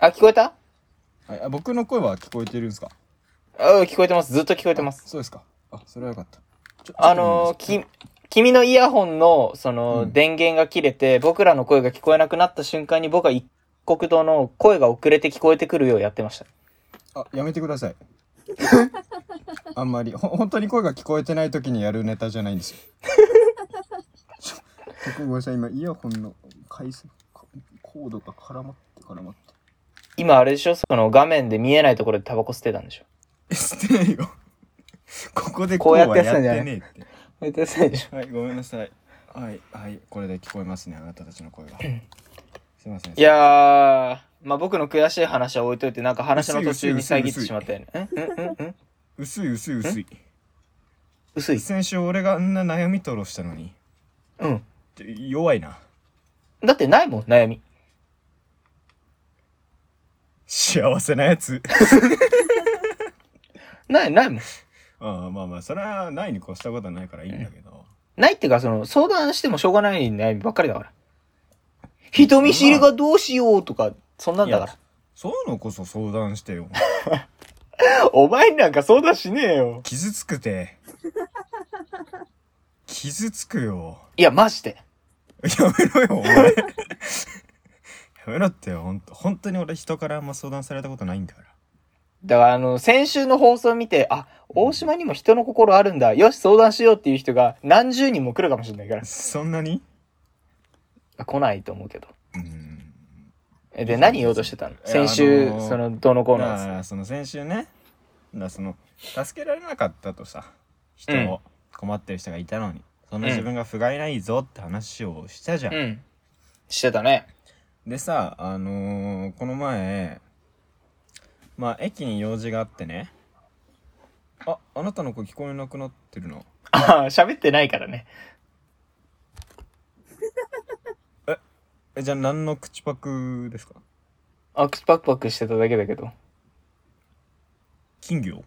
[SPEAKER 1] あ聞こえた
[SPEAKER 2] はい、あ僕の声は聞こえてるんですか
[SPEAKER 1] あ聞こえてますずっと聞こえてます
[SPEAKER 2] そうですか。あ、それはよかった。ちょ
[SPEAKER 1] あのー、き君のイヤホンのその、
[SPEAKER 2] うん
[SPEAKER 1] 電源が切れて僕らの声が聞こえなくなった瞬間に僕は一国堂の声が遅れて聞こえてくるようやってました
[SPEAKER 2] あ、やめてください。あんまり、ほ、本当に声が聞こえてない時にやるネタじゃないんですよ。ちょちょごめんなさい、今イヤホンの回線、かコードが絡まって絡まって。
[SPEAKER 1] 今あれでしょその画面で見えないところでタバコ吸ってたんでしょ
[SPEAKER 2] え捨てないよここでこうはやってねえって
[SPEAKER 1] えてないでしょ
[SPEAKER 2] はいごめんなさいはいはいこれで聞こえますねあなたたちの声がすいません
[SPEAKER 1] いやー、まあ、僕の悔しい話は置いといて、なんか話の途中に遮ってしまったよね。んんんん
[SPEAKER 2] 薄い薄い薄い
[SPEAKER 1] 薄い
[SPEAKER 2] 先週俺があんな悩み吐露したのに
[SPEAKER 1] うん。
[SPEAKER 2] ちょ弱いな
[SPEAKER 1] だってないもん、悩み。
[SPEAKER 2] 幸せなやつ
[SPEAKER 1] ない、ないもん。
[SPEAKER 2] ああまあまあそれはないに越したことはないからいいんだけど
[SPEAKER 1] ないっていうか、その、相談してもしょうがない悩みばっかりだから。人見知りがどうしようとか、そんなんだか
[SPEAKER 2] そういうのこそ相談してよ
[SPEAKER 1] ら。お前なんか相談しねえよ。
[SPEAKER 2] 傷つ くて傷つくよ
[SPEAKER 1] いや、マジで。
[SPEAKER 2] やめろよ、お前。や めろってよ、ほんと。本当に俺人からあんま相談されたことないんだから。
[SPEAKER 1] だから、あの、先週の放送見て、あ、大島にも人の心あるんだ。よし、相談しようっていう人が何十人も来るかもしれないから。
[SPEAKER 2] そんなに
[SPEAKER 1] あ来ないと思うけど。
[SPEAKER 2] うん。
[SPEAKER 1] えで、何言おうとしてたの
[SPEAKER 2] いや
[SPEAKER 1] 先週、
[SPEAKER 2] あのー
[SPEAKER 1] その、どうのこうのやつ。
[SPEAKER 2] まあ、その先週ね、だその、助けられなかったとさ、人
[SPEAKER 1] うん
[SPEAKER 2] を困ってる人がいたのに、そんな
[SPEAKER 1] うん
[SPEAKER 2] 自分が不甲斐ないぞって話をしたじゃん。
[SPEAKER 1] うん。してたね。
[SPEAKER 2] でさ、あのーこの前、まあ、駅に用事があってね、あ、あなたの声聞こえなくなってるな。
[SPEAKER 1] ああ、喋ってないからね。
[SPEAKER 2] え、じゃあ何の口パクですか
[SPEAKER 1] あ、口パクパクしてただけだけど。
[SPEAKER 2] 金魚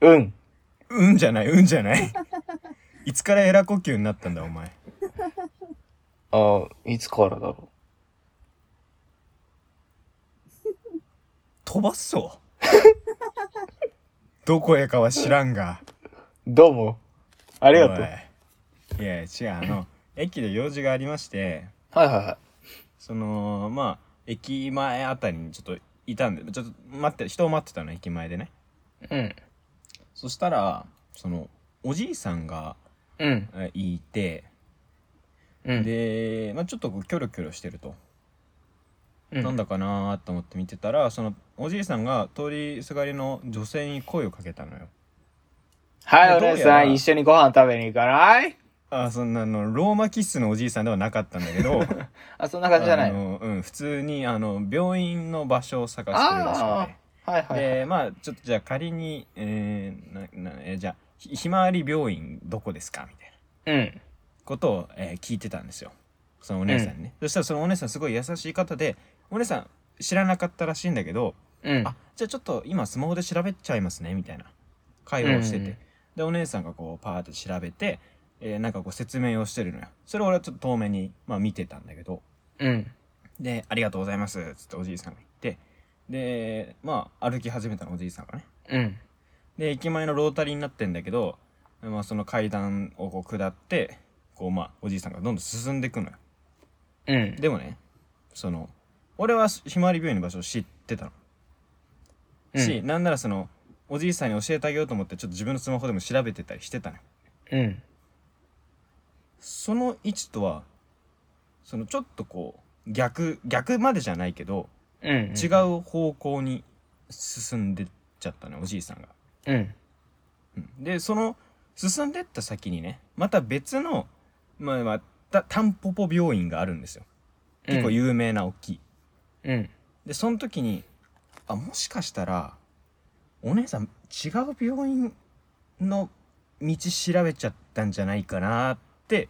[SPEAKER 1] うん。
[SPEAKER 2] うんじゃない、うんじ ゃない。いつからエラ呼吸になったんだ、お前。
[SPEAKER 1] ああ、いつからだろ
[SPEAKER 2] 飛ば すぞ。どこへかは知らんが。
[SPEAKER 1] う。どうも。あ
[SPEAKER 2] あ
[SPEAKER 1] りがとう。はい
[SPEAKER 2] いやいや、違う、あの、駅で用事がありまして、
[SPEAKER 1] はいは
[SPEAKER 2] その、まあ、駅前あたりにちょっといたんで、ちょっと待って、人を待ってたの、駅前でね。
[SPEAKER 1] い。うん。
[SPEAKER 2] そしたら、その、おじいさんが
[SPEAKER 1] うん。
[SPEAKER 2] えいて、
[SPEAKER 1] うん。
[SPEAKER 2] で、まあ、ちょっとこうキョロキョロしてると。
[SPEAKER 1] うん、
[SPEAKER 2] なんだかなーと思って見てたらそのおじいさんが通りすがりの女性に声をかけたのよ
[SPEAKER 1] はい、
[SPEAKER 2] で
[SPEAKER 1] お
[SPEAKER 2] どうやら
[SPEAKER 1] 姉さん、一緒にご飯食べに行かない
[SPEAKER 2] あーそんなあのローマキッスのおじいさんではなかったんだけど
[SPEAKER 1] あ、そんな 感じじゃない
[SPEAKER 2] あ
[SPEAKER 1] の
[SPEAKER 2] の、うん、普通にあの病院の場所を探してるらしくて
[SPEAKER 1] はいはいはい。
[SPEAKER 2] でまあちょっとじゃあ仮に、えーななえーじゃあひひまわり病院どこですかみたいな
[SPEAKER 1] うん。
[SPEAKER 2] ことを、えー聞いてたんですよそのお姉さんにね、そしたらそのお姉さんすごい優しい方でお姉さん知らなかったらしいんだけど
[SPEAKER 1] うん
[SPEAKER 2] あ。じゃあちょっと今スマホで調べちゃいますねみたいな会話をしてて、
[SPEAKER 1] うんうん
[SPEAKER 2] でお姉さんがこうパーって調べて、えーなんかこう説明をしてるのよそれを俺はちょっと遠目に、まあ、見てたんだけど
[SPEAKER 1] うん。
[SPEAKER 2] で「ありがとうございます」っつっておじいさんが言ってでまあ歩き始めたのおじいさんがね
[SPEAKER 1] うん。
[SPEAKER 2] で駅前のロータリーになってんだけど、まあ、その階段をこう下ってこうまあおじいさんがどんどん進んでいくのよ
[SPEAKER 1] うん。
[SPEAKER 2] でもねその俺はひまわり病院の場所を知ってたのし、なんならそのおじいさんに教えてあげようと思ってちょっと自分のスマホでも調べてたりしてたのよ
[SPEAKER 1] うん。
[SPEAKER 2] その位置とはそのちょっとこう逆逆までじゃないけど、
[SPEAKER 1] うん。
[SPEAKER 2] 違
[SPEAKER 1] う。
[SPEAKER 2] う方向に進んでっちゃったのよおじいさんが、
[SPEAKER 1] うん。
[SPEAKER 2] うんでその進んでった先にねまた別のまあまあたタンポポ病院があるんですよ結構有名な大きい、
[SPEAKER 1] うん。
[SPEAKER 2] でその時にあもしかしたらお姉さん違う病院の道調べちゃったんじゃないかなって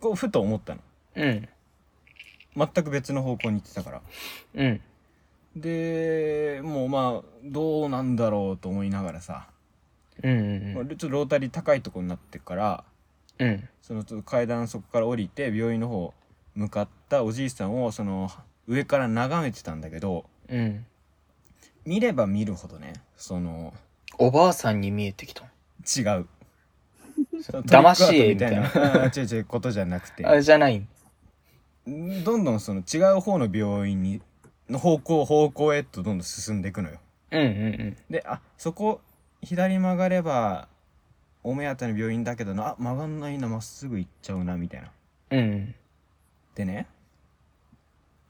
[SPEAKER 2] こうふと思ったの
[SPEAKER 1] うん。
[SPEAKER 2] 全く別の方向に行ってたから
[SPEAKER 1] うん。
[SPEAKER 2] でもうまあどうなんだろうと思いながらさ、
[SPEAKER 1] うん。う
[SPEAKER 2] まあ
[SPEAKER 1] ん。
[SPEAKER 2] ちょっとロータリー高いとこになってから
[SPEAKER 1] うん。
[SPEAKER 2] そのちょっと階段そこから降りて病院の方向かったおじいさんをその上から眺めてたんだけど
[SPEAKER 1] うん。
[SPEAKER 2] 見れば見るほどねその
[SPEAKER 1] おばあさんに見えてきた。
[SPEAKER 2] 違う。
[SPEAKER 1] 騙し絵みたいな
[SPEAKER 2] トリックアートみたいな。あー違う違うことじゃなくて。
[SPEAKER 1] あ、じゃないん
[SPEAKER 2] どんどんその違う方の病院に、の方向、方向へとどんどん進んでいくのよ。
[SPEAKER 1] うんうん
[SPEAKER 2] で、あ、そこ、左曲がれば、お目当ての病院だけどな、あ、曲がんないな、まっすぐ行っちゃうな、みたいな。
[SPEAKER 1] うん。うん。
[SPEAKER 2] でね、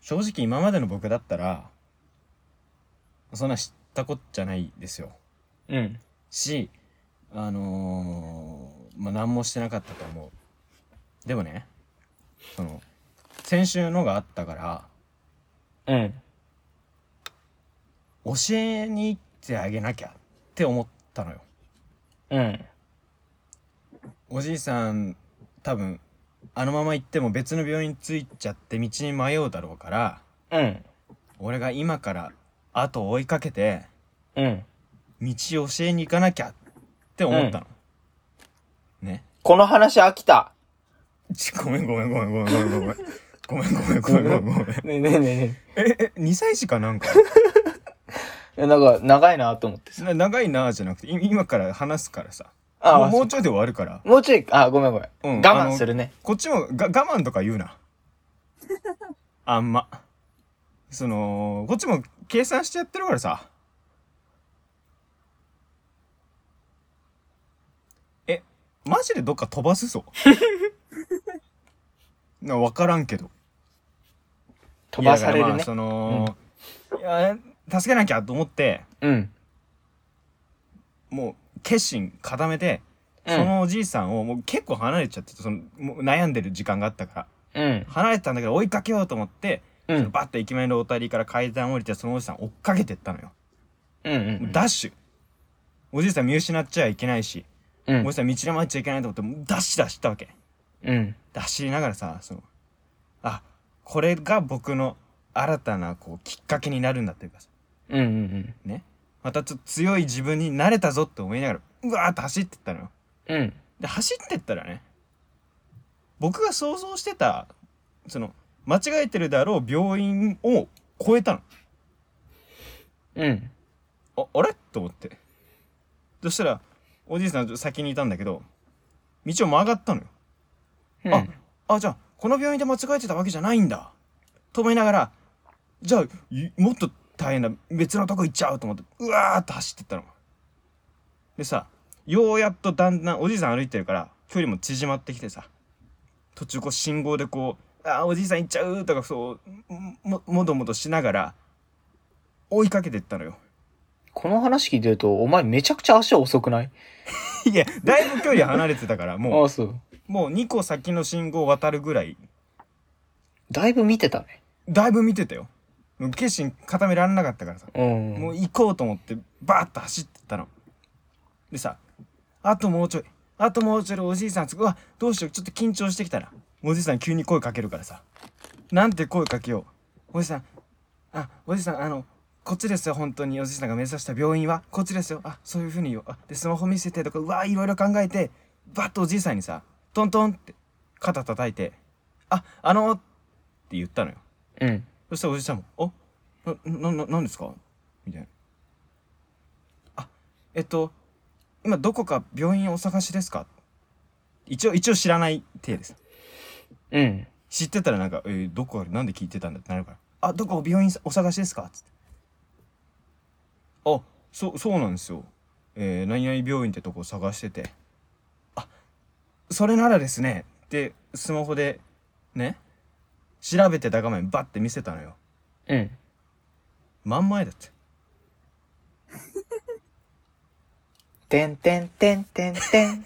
[SPEAKER 2] 正直今までの僕だったらそんな知ったこっちゃないですよ
[SPEAKER 1] うん。
[SPEAKER 2] しあのーまあ何もしてなかったと思うでもねその先週のがあったから
[SPEAKER 1] うん。
[SPEAKER 2] 教えに行ってあげなきゃって思ったのよ
[SPEAKER 1] うん。
[SPEAKER 2] おじいさん多分あのまま行っても別の病院着いちゃって道に迷うだろうから
[SPEAKER 1] うん。
[SPEAKER 2] 俺が今から後を追いかけて
[SPEAKER 1] うん。
[SPEAKER 2] 道を教えに行かなきゃって思ったの、ね
[SPEAKER 1] この話飽きた。
[SPEAKER 2] ちごめんごめんごめんごめんごめんごめんごめんごめんごめんごめんごめん
[SPEAKER 1] ねえねえねえね
[SPEAKER 2] ええ2歳児かなんか
[SPEAKER 1] えいや。なんか、長いなと思ってさ。
[SPEAKER 2] な長いなじゃなくてい今から話すからさ
[SPEAKER 1] あ
[SPEAKER 2] もう
[SPEAKER 1] あ、
[SPEAKER 2] も
[SPEAKER 1] も
[SPEAKER 2] うちょいで終わるから
[SPEAKER 1] うもうちょい、あ、ごめんごめん。
[SPEAKER 2] うん
[SPEAKER 1] 我慢するね。
[SPEAKER 2] こっちもが我慢とか言 うなあんまそのこっちも計算してやってるからさえマジでどっか飛ばす ぞな分からんけど
[SPEAKER 1] 飛ばされ
[SPEAKER 2] い
[SPEAKER 1] る
[SPEAKER 2] やまあ
[SPEAKER 1] ね。
[SPEAKER 2] その、いや助けなきゃと思って
[SPEAKER 1] うん。
[SPEAKER 2] もう決心固めて、
[SPEAKER 1] うん
[SPEAKER 2] そのおじいさんをもう結構離れちゃっててそのもう悩んでる時間があったから
[SPEAKER 1] うん。
[SPEAKER 2] 離れてたんだけど追いかけようと思って、
[SPEAKER 1] う
[SPEAKER 2] その
[SPEAKER 1] ん。
[SPEAKER 2] バッと駅前のロータリーから階段降りてそのおじさん追っかけてったのよ、
[SPEAKER 1] うん。うん。
[SPEAKER 2] ダッシュおじいさん見失っちゃいけないし、
[SPEAKER 1] う
[SPEAKER 2] お
[SPEAKER 1] ん
[SPEAKER 2] じ。さん道に迷っちゃいけないと思ってもうダッシュダッシュったわけ
[SPEAKER 1] うん。
[SPEAKER 2] で走りながらさそのあこれが僕の新たなこうきっかけになるんだというかさ
[SPEAKER 1] うん。うん。
[SPEAKER 2] ねまたちょっと強い自分になれたぞって思いながらうわーって走ってったのよ
[SPEAKER 1] うん。
[SPEAKER 2] で走ってったらね僕が想像してたその間違えてるだろう病院を超えたの
[SPEAKER 1] うん。
[SPEAKER 2] ああれと思ってそしたらおじいさん先にいたんだけど道を曲がったのよ
[SPEAKER 1] うん。
[SPEAKER 2] ああじゃあこの病院で間違えてたわけじゃないんだと思いながらじゃあいもっと大変だ別のとこ行っちゃうと思ってうわーっと走ってったのでさようやっとだんだんおじいさん歩いてるから距離も縮まってきてさ途中こう信号でこう「あーおじいさん行っちゃう」とかそうんももどもどしながら追いかけてったのよ
[SPEAKER 1] この話聞いてると、お前めちゃくちゃ足遅くない
[SPEAKER 2] いやだいぶ距離離れてたからも
[SPEAKER 1] ああ、そう。
[SPEAKER 2] うもう2個先の信号を渡るぐらい
[SPEAKER 1] だいぶ見てたね。
[SPEAKER 2] だいぶ見てたよもう決心固められなかったからさ
[SPEAKER 1] うん。
[SPEAKER 2] もう行こうと思ってバーッと走ってったのでさあともうちょいあともうちょいでおじいさんつくうわどうしようちょっと緊張してきたなおじいさん急に声かけるからさなんて声かけようおじさんあおじさんあのこっちですよ本当におじいさんが目指した病院はこっちですよあそういうふうに言おうあでスマホ見せてとかうわいろいろ考えてバッとおじいさんにさトントンって肩叩いて「ああの」って言ったのよ
[SPEAKER 1] うん。
[SPEAKER 2] そしたらおじさんも、あ、な、な、な、なんですかみたいな。あ、えっと、今どこか病院をお探しですか一応、一応知らない体です。
[SPEAKER 1] うん。
[SPEAKER 2] 知ってたらなんか、えーどこあるなんで聞いてたんだってなるから。あ、どこ病院さお探しですかつって。あ、そう、そうなんですよ。えー、何々病院ってとこを探してて。あ、それならですね。で、スマホで、ね、調べてた画面バッて見せたのよ。
[SPEAKER 1] うん。
[SPEAKER 2] 真ん前だって
[SPEAKER 1] てんてんてんてんてん。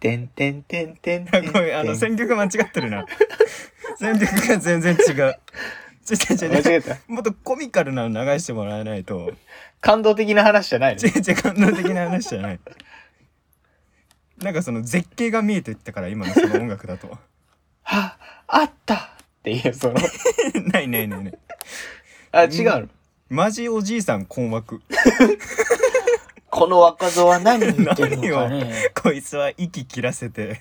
[SPEAKER 1] てんてんてんてんてん。
[SPEAKER 2] ごめんあの選曲間違ってるな 選曲が全然違うちょちょちょ
[SPEAKER 1] 間違えた。
[SPEAKER 2] もっとコミカルなの流してもらえないと
[SPEAKER 1] 感動的な話じゃないの
[SPEAKER 2] ちょちょ感動的な話じゃないなんかその絶景が見えてったから今のその音楽だと
[SPEAKER 1] はあったっていう、その、
[SPEAKER 2] ないないないない
[SPEAKER 1] あ、違うの。
[SPEAKER 2] マジおじいさん困惑
[SPEAKER 1] この若造は何言って るのかね。
[SPEAKER 2] こいつは息切らせて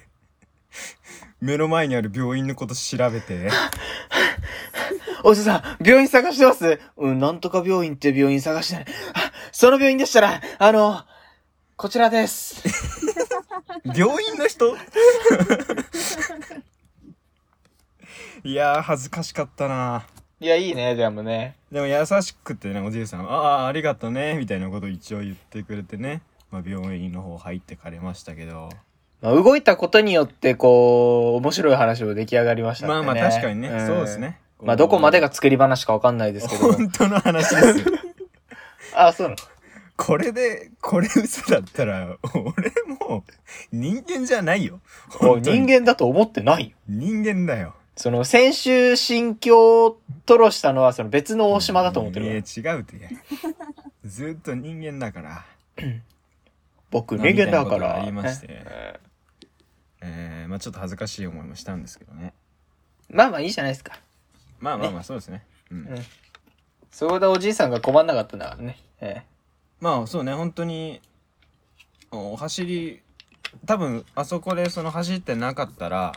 [SPEAKER 2] 目の前にある病院のこと調べて
[SPEAKER 1] おじさん、病院探してますうん、なんとか病院って病院探してない。あその病院でしたら、あの、こちらです。
[SPEAKER 2] 病院の人 いやー恥ずかしかった ない
[SPEAKER 1] や、いいね、じゃあもうね。
[SPEAKER 2] でも優しくてねおじいさん「ああありがとね」みたいなことを一応言ってくれてね、まあ、病院の方入ってかれましたけど
[SPEAKER 1] まあ、動いたことによって、こう、面白い話も出来上がりましたんで
[SPEAKER 2] まあまあ確かにね、そうです。ね
[SPEAKER 1] まあ、どこまでが作り話かわかんないですけど。
[SPEAKER 2] 本当の話ですよ
[SPEAKER 1] あ、そうなの
[SPEAKER 2] これでこれ嘘だったら俺もう人間じゃないよ
[SPEAKER 1] おい
[SPEAKER 2] 本当に
[SPEAKER 1] 人間だと思ってないよ。
[SPEAKER 2] 人間だよ
[SPEAKER 1] その、先週心境を吐露したのは、その別の大島だと思ってる
[SPEAKER 2] い
[SPEAKER 1] か
[SPEAKER 2] や
[SPEAKER 1] ら。
[SPEAKER 2] 違うってずっと人間だから
[SPEAKER 1] 僕人間だか
[SPEAKER 2] みたいなことが
[SPEAKER 1] ら。
[SPEAKER 2] ありまして
[SPEAKER 1] ね
[SPEAKER 2] えー、まあちょっと恥ずかしい思いもしたんですけどね
[SPEAKER 1] まあまあいいじゃないですか。
[SPEAKER 2] まあまあまあそうですねうん
[SPEAKER 1] うんそこでおじいさんが困んなかったんだからね。え
[SPEAKER 2] まあそうね本当にお走り多分あそこでその走ってなかったら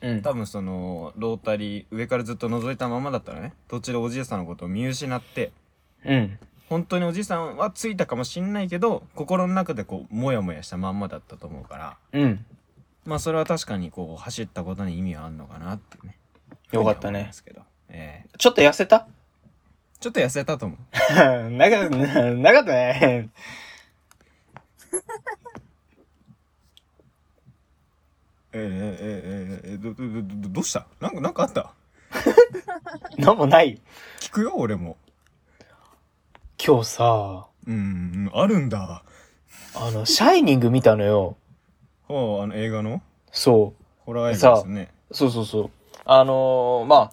[SPEAKER 1] えうん。
[SPEAKER 2] 多分そのロータリー上からずっと覗いたままだったらね途中でおじいさんのことを見失って
[SPEAKER 1] うん。
[SPEAKER 2] 本当におじいさんはついたかもしんないけど心の中でこうモヤモヤしたまんまだったと思うから
[SPEAKER 1] うん。
[SPEAKER 2] まあそれは確かにこう走ったことに意味はあるのかなっていうね
[SPEAKER 1] よかった
[SPEAKER 2] ふうには思い
[SPEAKER 1] ね
[SPEAKER 2] ま。すけど、ええ
[SPEAKER 1] ちょっと痩せ た
[SPEAKER 2] ちょっと痩せたと思う
[SPEAKER 1] なかった、なかったね。
[SPEAKER 2] ええええええええどどどどどうしたなんかなんかあった
[SPEAKER 1] なんもない。
[SPEAKER 2] 聞くよ俺も
[SPEAKER 1] 今日さ、
[SPEAKER 2] うんうんあるんだ
[SPEAKER 1] あの、シャイニング見たのよ。
[SPEAKER 2] ほうあの映画の
[SPEAKER 1] そ
[SPEAKER 2] ホラー映画ですよね
[SPEAKER 1] う。そうそうそう。あのーまあ、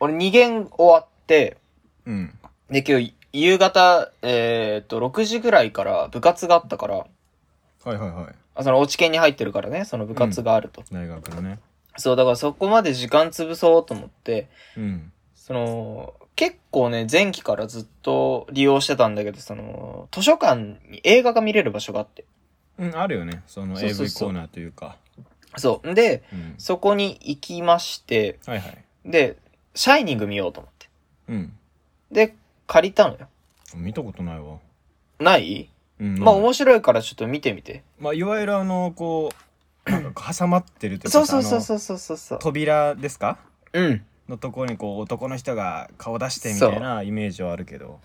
[SPEAKER 1] 俺2限終わって、
[SPEAKER 2] うん
[SPEAKER 1] で、今日夕方、えーっと、6時ぐらいから部活があったから、
[SPEAKER 2] はいはいはい
[SPEAKER 1] あその、落ち研に入ってるからね、その部活があると。
[SPEAKER 2] 大学のね
[SPEAKER 1] そう、だからそこまで時間潰そうと思って、
[SPEAKER 2] うん
[SPEAKER 1] その、結構ね、前期からずっと利用してたんだけど、その、図書館に映画が見れる場所があって。
[SPEAKER 2] うんあるよねその
[SPEAKER 1] そうそう
[SPEAKER 2] AV
[SPEAKER 1] そう
[SPEAKER 2] コーナーというか
[SPEAKER 1] そう。んで、
[SPEAKER 2] うん
[SPEAKER 1] そこに行きまして、
[SPEAKER 2] はいはい
[SPEAKER 1] で、シャイニング見ようと思って。
[SPEAKER 2] うん
[SPEAKER 1] で、借りたのよ。
[SPEAKER 2] 見たことないわ
[SPEAKER 1] ない
[SPEAKER 2] うん
[SPEAKER 1] まあ面白いからちょっと見てみて。
[SPEAKER 2] まあいわゆるあのこうなんか挟まってるというか
[SPEAKER 1] そうそうそう
[SPEAKER 2] う
[SPEAKER 1] そうそうそうそう。
[SPEAKER 2] 扉ですか
[SPEAKER 1] うん。
[SPEAKER 2] のところにこう男の人が顔出してみたいなイメージはあるけど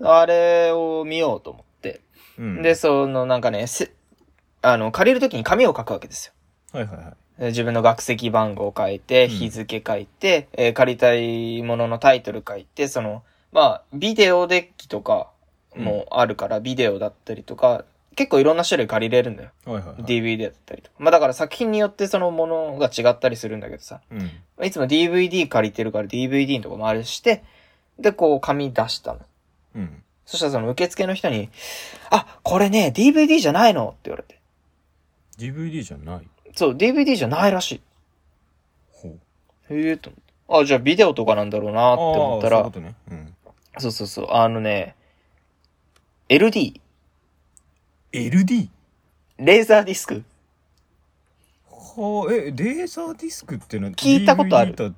[SPEAKER 1] あれを見ようと思って。
[SPEAKER 2] うん
[SPEAKER 1] で、そのなんかね、せあの、借りるときに紙を書くわけですよ。
[SPEAKER 2] はいはいはい
[SPEAKER 1] えー自分の学籍番号を書いて、
[SPEAKER 2] うん
[SPEAKER 1] 日付書いて、えー借りたいもののタイトル書いて、その、まあ、ビデオデッキとかもあるから、ビデオだったりとか、結構いろんな種類借りれるんだよ。
[SPEAKER 2] はいはいはい
[SPEAKER 1] DVD だったりとか。まあだから作品によってそのものが違ったりするんだけどさ。
[SPEAKER 2] うん
[SPEAKER 1] いつも DVD 借りてるから DVD のとこもあれして、で、こう紙出したの。
[SPEAKER 2] うん
[SPEAKER 1] そしたらその受付の人に、あ、これね、DVD じゃないのって言われて。
[SPEAKER 2] DVD じゃない
[SPEAKER 1] そう、DVD じゃないらしい。
[SPEAKER 2] ほう
[SPEAKER 1] へえと思って。あ、じゃあビデオとかなんだろうなって思った
[SPEAKER 2] あ
[SPEAKER 1] ら、
[SPEAKER 2] ーそういうことねうん
[SPEAKER 1] そうそうそう、あのね、LD、
[SPEAKER 2] LD?
[SPEAKER 1] レーザーディスク。
[SPEAKER 2] はあ、え、レーザーディスクってのは
[SPEAKER 1] 聞いたことある
[SPEAKER 2] DVD とは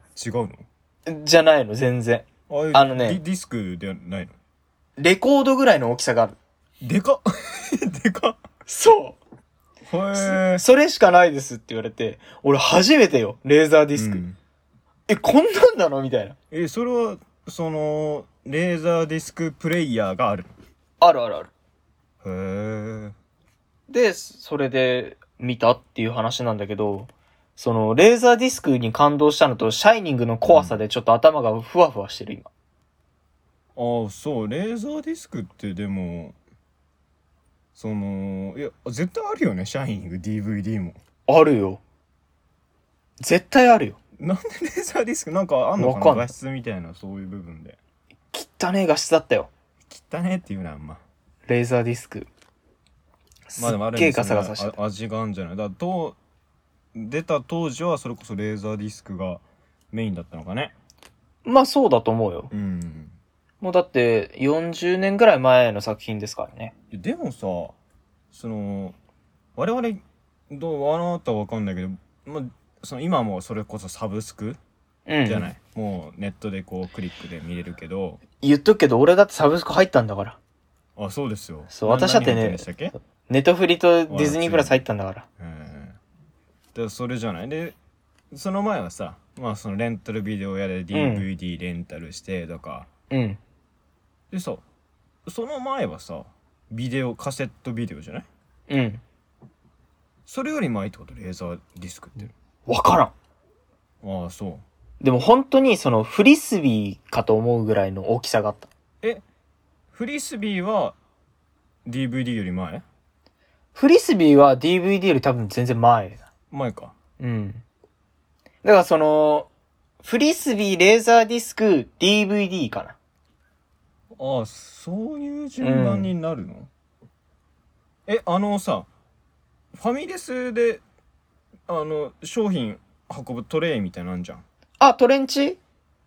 [SPEAKER 2] 違う
[SPEAKER 1] じゃないの、全然。
[SPEAKER 2] のあ
[SPEAKER 1] あのね
[SPEAKER 2] ディディスクではないの
[SPEAKER 1] レコードぐらいの大きさがある。
[SPEAKER 2] でか っでかっ
[SPEAKER 1] そ
[SPEAKER 2] へえ
[SPEAKER 1] それしかないですって言われて、俺初めてよ、レーザーディスク。
[SPEAKER 2] うん
[SPEAKER 1] え、こんなんなのみたいな。
[SPEAKER 2] え、それは、その、レーザーディスクプレイヤーがある
[SPEAKER 1] あるあるある。
[SPEAKER 2] のへえ。
[SPEAKER 1] で、それで見たっていう話なんだけど、その、レーザーディスクに感動したのと、シャイニングの怖さでちょっと頭がふわふわしてる、今。
[SPEAKER 2] ああ、そう、レーザーディスクってでも、その、いや、絶対あるよね、シャイニング DVD も。
[SPEAKER 1] あるよ。絶対あるよ。
[SPEAKER 2] なんでレーザーディスクなんかあんのか
[SPEAKER 1] わか
[SPEAKER 2] なん
[SPEAKER 1] ない
[SPEAKER 2] 画質みたいな、そういう部分で。
[SPEAKER 1] 汚ねえ画質だったよ。
[SPEAKER 2] 汚ねっていうな、あんま。
[SPEAKER 1] レーザーディスク。す
[SPEAKER 2] まあでもあ
[SPEAKER 1] っ
[SPEAKER 2] る
[SPEAKER 1] げえ
[SPEAKER 2] 意味
[SPEAKER 1] ガサガサし
[SPEAKER 2] そ
[SPEAKER 1] て
[SPEAKER 2] の
[SPEAKER 1] た。
[SPEAKER 2] あ味があるんじゃないだからと出た当時はそれこそレーザーディスクがメインだったのかね
[SPEAKER 1] まあそうだと思うよ。
[SPEAKER 2] うん
[SPEAKER 1] もうだって40年ぐらい前の作品ですからね。
[SPEAKER 2] いやでもさその我々どうあなたは分かんないけど、まあ、その今もそれこそサブスク
[SPEAKER 1] うん。
[SPEAKER 2] じゃない、もうネットでこうクリックで見れるけど
[SPEAKER 1] 言っとくけど、俺だってサブスク入ったんだから。
[SPEAKER 2] あそうですよ
[SPEAKER 1] そう
[SPEAKER 2] な
[SPEAKER 1] 私だってね
[SPEAKER 2] 何入んでしたっけ
[SPEAKER 1] ネトフリとディズニープラス入ったんだから。
[SPEAKER 2] うんでそれじゃないでその前はさまあそのレンタルビデオ屋で DVD レンタルしてとか、
[SPEAKER 1] うん。
[SPEAKER 2] でさその前はさビデオカセットビデオじゃない
[SPEAKER 1] うん。
[SPEAKER 2] それより前ってことレーザーディスクって
[SPEAKER 1] わからん。
[SPEAKER 2] ああそう
[SPEAKER 1] でも本当にそのフリスビーかと思うぐらいの大きさがあった。
[SPEAKER 2] フリスビーは DVD より前
[SPEAKER 1] フリスビーは DVD より多分全然前だ。
[SPEAKER 2] 前か
[SPEAKER 1] うん。だからその、フリスビー、レーザーディスク、DVD かな。
[SPEAKER 2] ああそういう順番になるの、えあのさファミレスであの商品運ぶトレイみたいなんじゃん
[SPEAKER 1] あ、トレンチ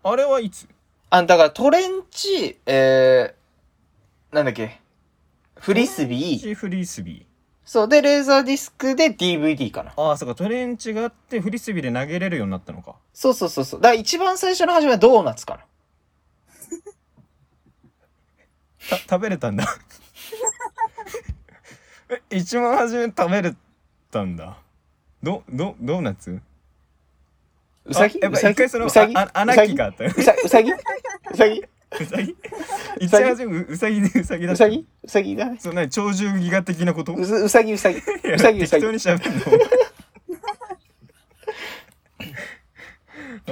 [SPEAKER 2] あれはいつ
[SPEAKER 1] あ、だからトレンチ、えー、なんだっけ。フリスビー。
[SPEAKER 2] ーフリスビ
[SPEAKER 1] そう。で、レーザーディスクで DVD かな。
[SPEAKER 2] ーああそうかトレンチがあってフリスビーで投げれるようになったのか
[SPEAKER 1] そうそうそう。そうだから一番最初の始めはドーナツかな。
[SPEAKER 2] た食べれたんだ え一番初め食べれたんだどどドーナツ
[SPEAKER 1] うさぎ
[SPEAKER 2] あやっ
[SPEAKER 1] う
[SPEAKER 2] ぱ
[SPEAKER 1] さぎ
[SPEAKER 2] 一回
[SPEAKER 1] う
[SPEAKER 2] その
[SPEAKER 1] さぎ
[SPEAKER 2] ああ穴木があったよ
[SPEAKER 1] うさうさぎうさぎ
[SPEAKER 2] うさぎ
[SPEAKER 1] う
[SPEAKER 2] 一
[SPEAKER 1] さぎ
[SPEAKER 2] 番初めううさぎでうさぎだ
[SPEAKER 1] う
[SPEAKER 2] った
[SPEAKER 1] さ ぎうさぎだね。
[SPEAKER 2] そうなに鳥獣ギガ的なこと
[SPEAKER 1] うずうさぎうさぎ。うさぎうさぎ
[SPEAKER 2] 適当にしゃべんの あ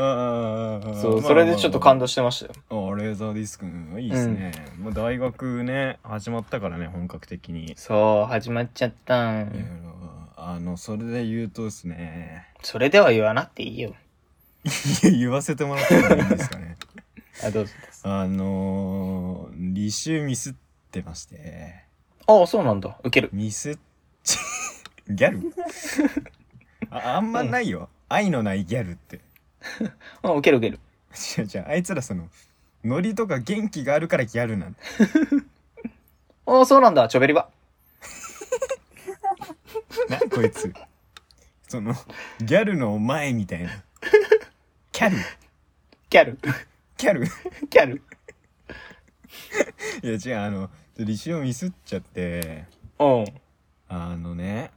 [SPEAKER 2] ー
[SPEAKER 1] そう、それでちょっと感動してましたよ。
[SPEAKER 2] あーレーザーディスクうんいいですね、もう大学ね始まったからね本格的に、
[SPEAKER 1] そう、始まっちゃった
[SPEAKER 2] いや
[SPEAKER 1] ん。
[SPEAKER 2] あのそれで言うとですね
[SPEAKER 1] それでは言わなくていいよ。
[SPEAKER 2] いや言わせてもらってもいいです かね
[SPEAKER 1] あ、どうぞ。
[SPEAKER 2] あのー、履修ミスってまして
[SPEAKER 1] ああ、そうなんだ。ウケる。
[SPEAKER 2] ミスっち ギャルああんまないよ、愛のないギャルって
[SPEAKER 1] うん、ウケるウケる。
[SPEAKER 2] 違う違うあいつらそのノリとか元気があるからギャルなんだ
[SPEAKER 1] ああ、そうなんだ。チョベリバ。
[SPEAKER 2] なこいつそのギャルのお前みた いなキャル
[SPEAKER 1] キャル。
[SPEAKER 2] キャル
[SPEAKER 1] キャル。
[SPEAKER 2] いや違うあの履修をミスっちゃって
[SPEAKER 1] うん。
[SPEAKER 2] あのね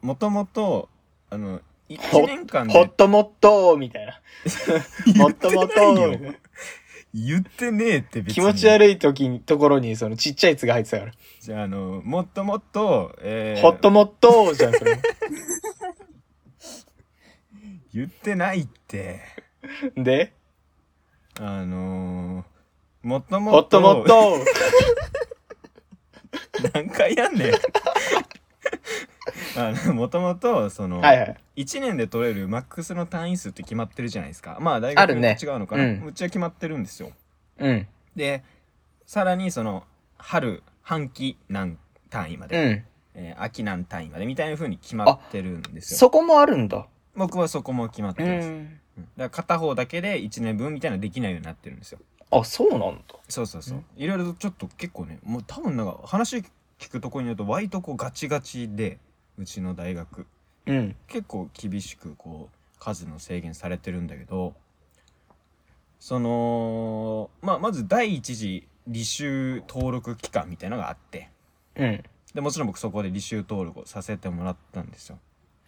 [SPEAKER 2] もともとあの1年間
[SPEAKER 1] ほっ
[SPEAKER 2] で
[SPEAKER 1] ともっとーみたいな。もっともっと
[SPEAKER 2] 言って
[SPEAKER 1] ー
[SPEAKER 2] ないよ言ってねえって別に
[SPEAKER 1] 気持ち
[SPEAKER 2] い
[SPEAKER 1] 悪い時に、ところに、そのちっちゃい「つ」が入ってたから。
[SPEAKER 2] じゃああのもっともっと、えー
[SPEAKER 1] ほっともっとーじゃん、それ。
[SPEAKER 2] 言ってないって
[SPEAKER 1] で、
[SPEAKER 2] あのー、もっとも
[SPEAKER 1] ほっともっとー
[SPEAKER 2] 何回やんねん あのもともとその、
[SPEAKER 1] はいはい。
[SPEAKER 2] 1年で取れるマックスの単位数って決まってるじゃないですかまあ大
[SPEAKER 1] あ
[SPEAKER 2] 学
[SPEAKER 1] る
[SPEAKER 2] に
[SPEAKER 1] ね
[SPEAKER 2] よって違うのかな、
[SPEAKER 1] うん
[SPEAKER 2] うちは決まってるんですよ
[SPEAKER 1] うん。
[SPEAKER 2] でさらにその春半期何単位まで、
[SPEAKER 1] うん。
[SPEAKER 2] えー秋何単位までみたいな風に決まってるんですよ
[SPEAKER 1] そこもあるんだ。
[SPEAKER 2] 僕はそこも決まってます、うんだから片方だけで1年分みたいなのできないようになってるんですよ
[SPEAKER 1] あ、そうなんだ。
[SPEAKER 2] そうそうそううんいろいろとちょっと結構ねもう多分なんか話聞くとこによると割とこうガチガチでうちの大学
[SPEAKER 1] うん。
[SPEAKER 2] 結構厳しくこう数の制限されてるんだけどその、まあ、まず第一次履修登録期間みたいなのがあって
[SPEAKER 1] うん。
[SPEAKER 2] でもちろん僕そこで履修登録をさせてもらったんですよ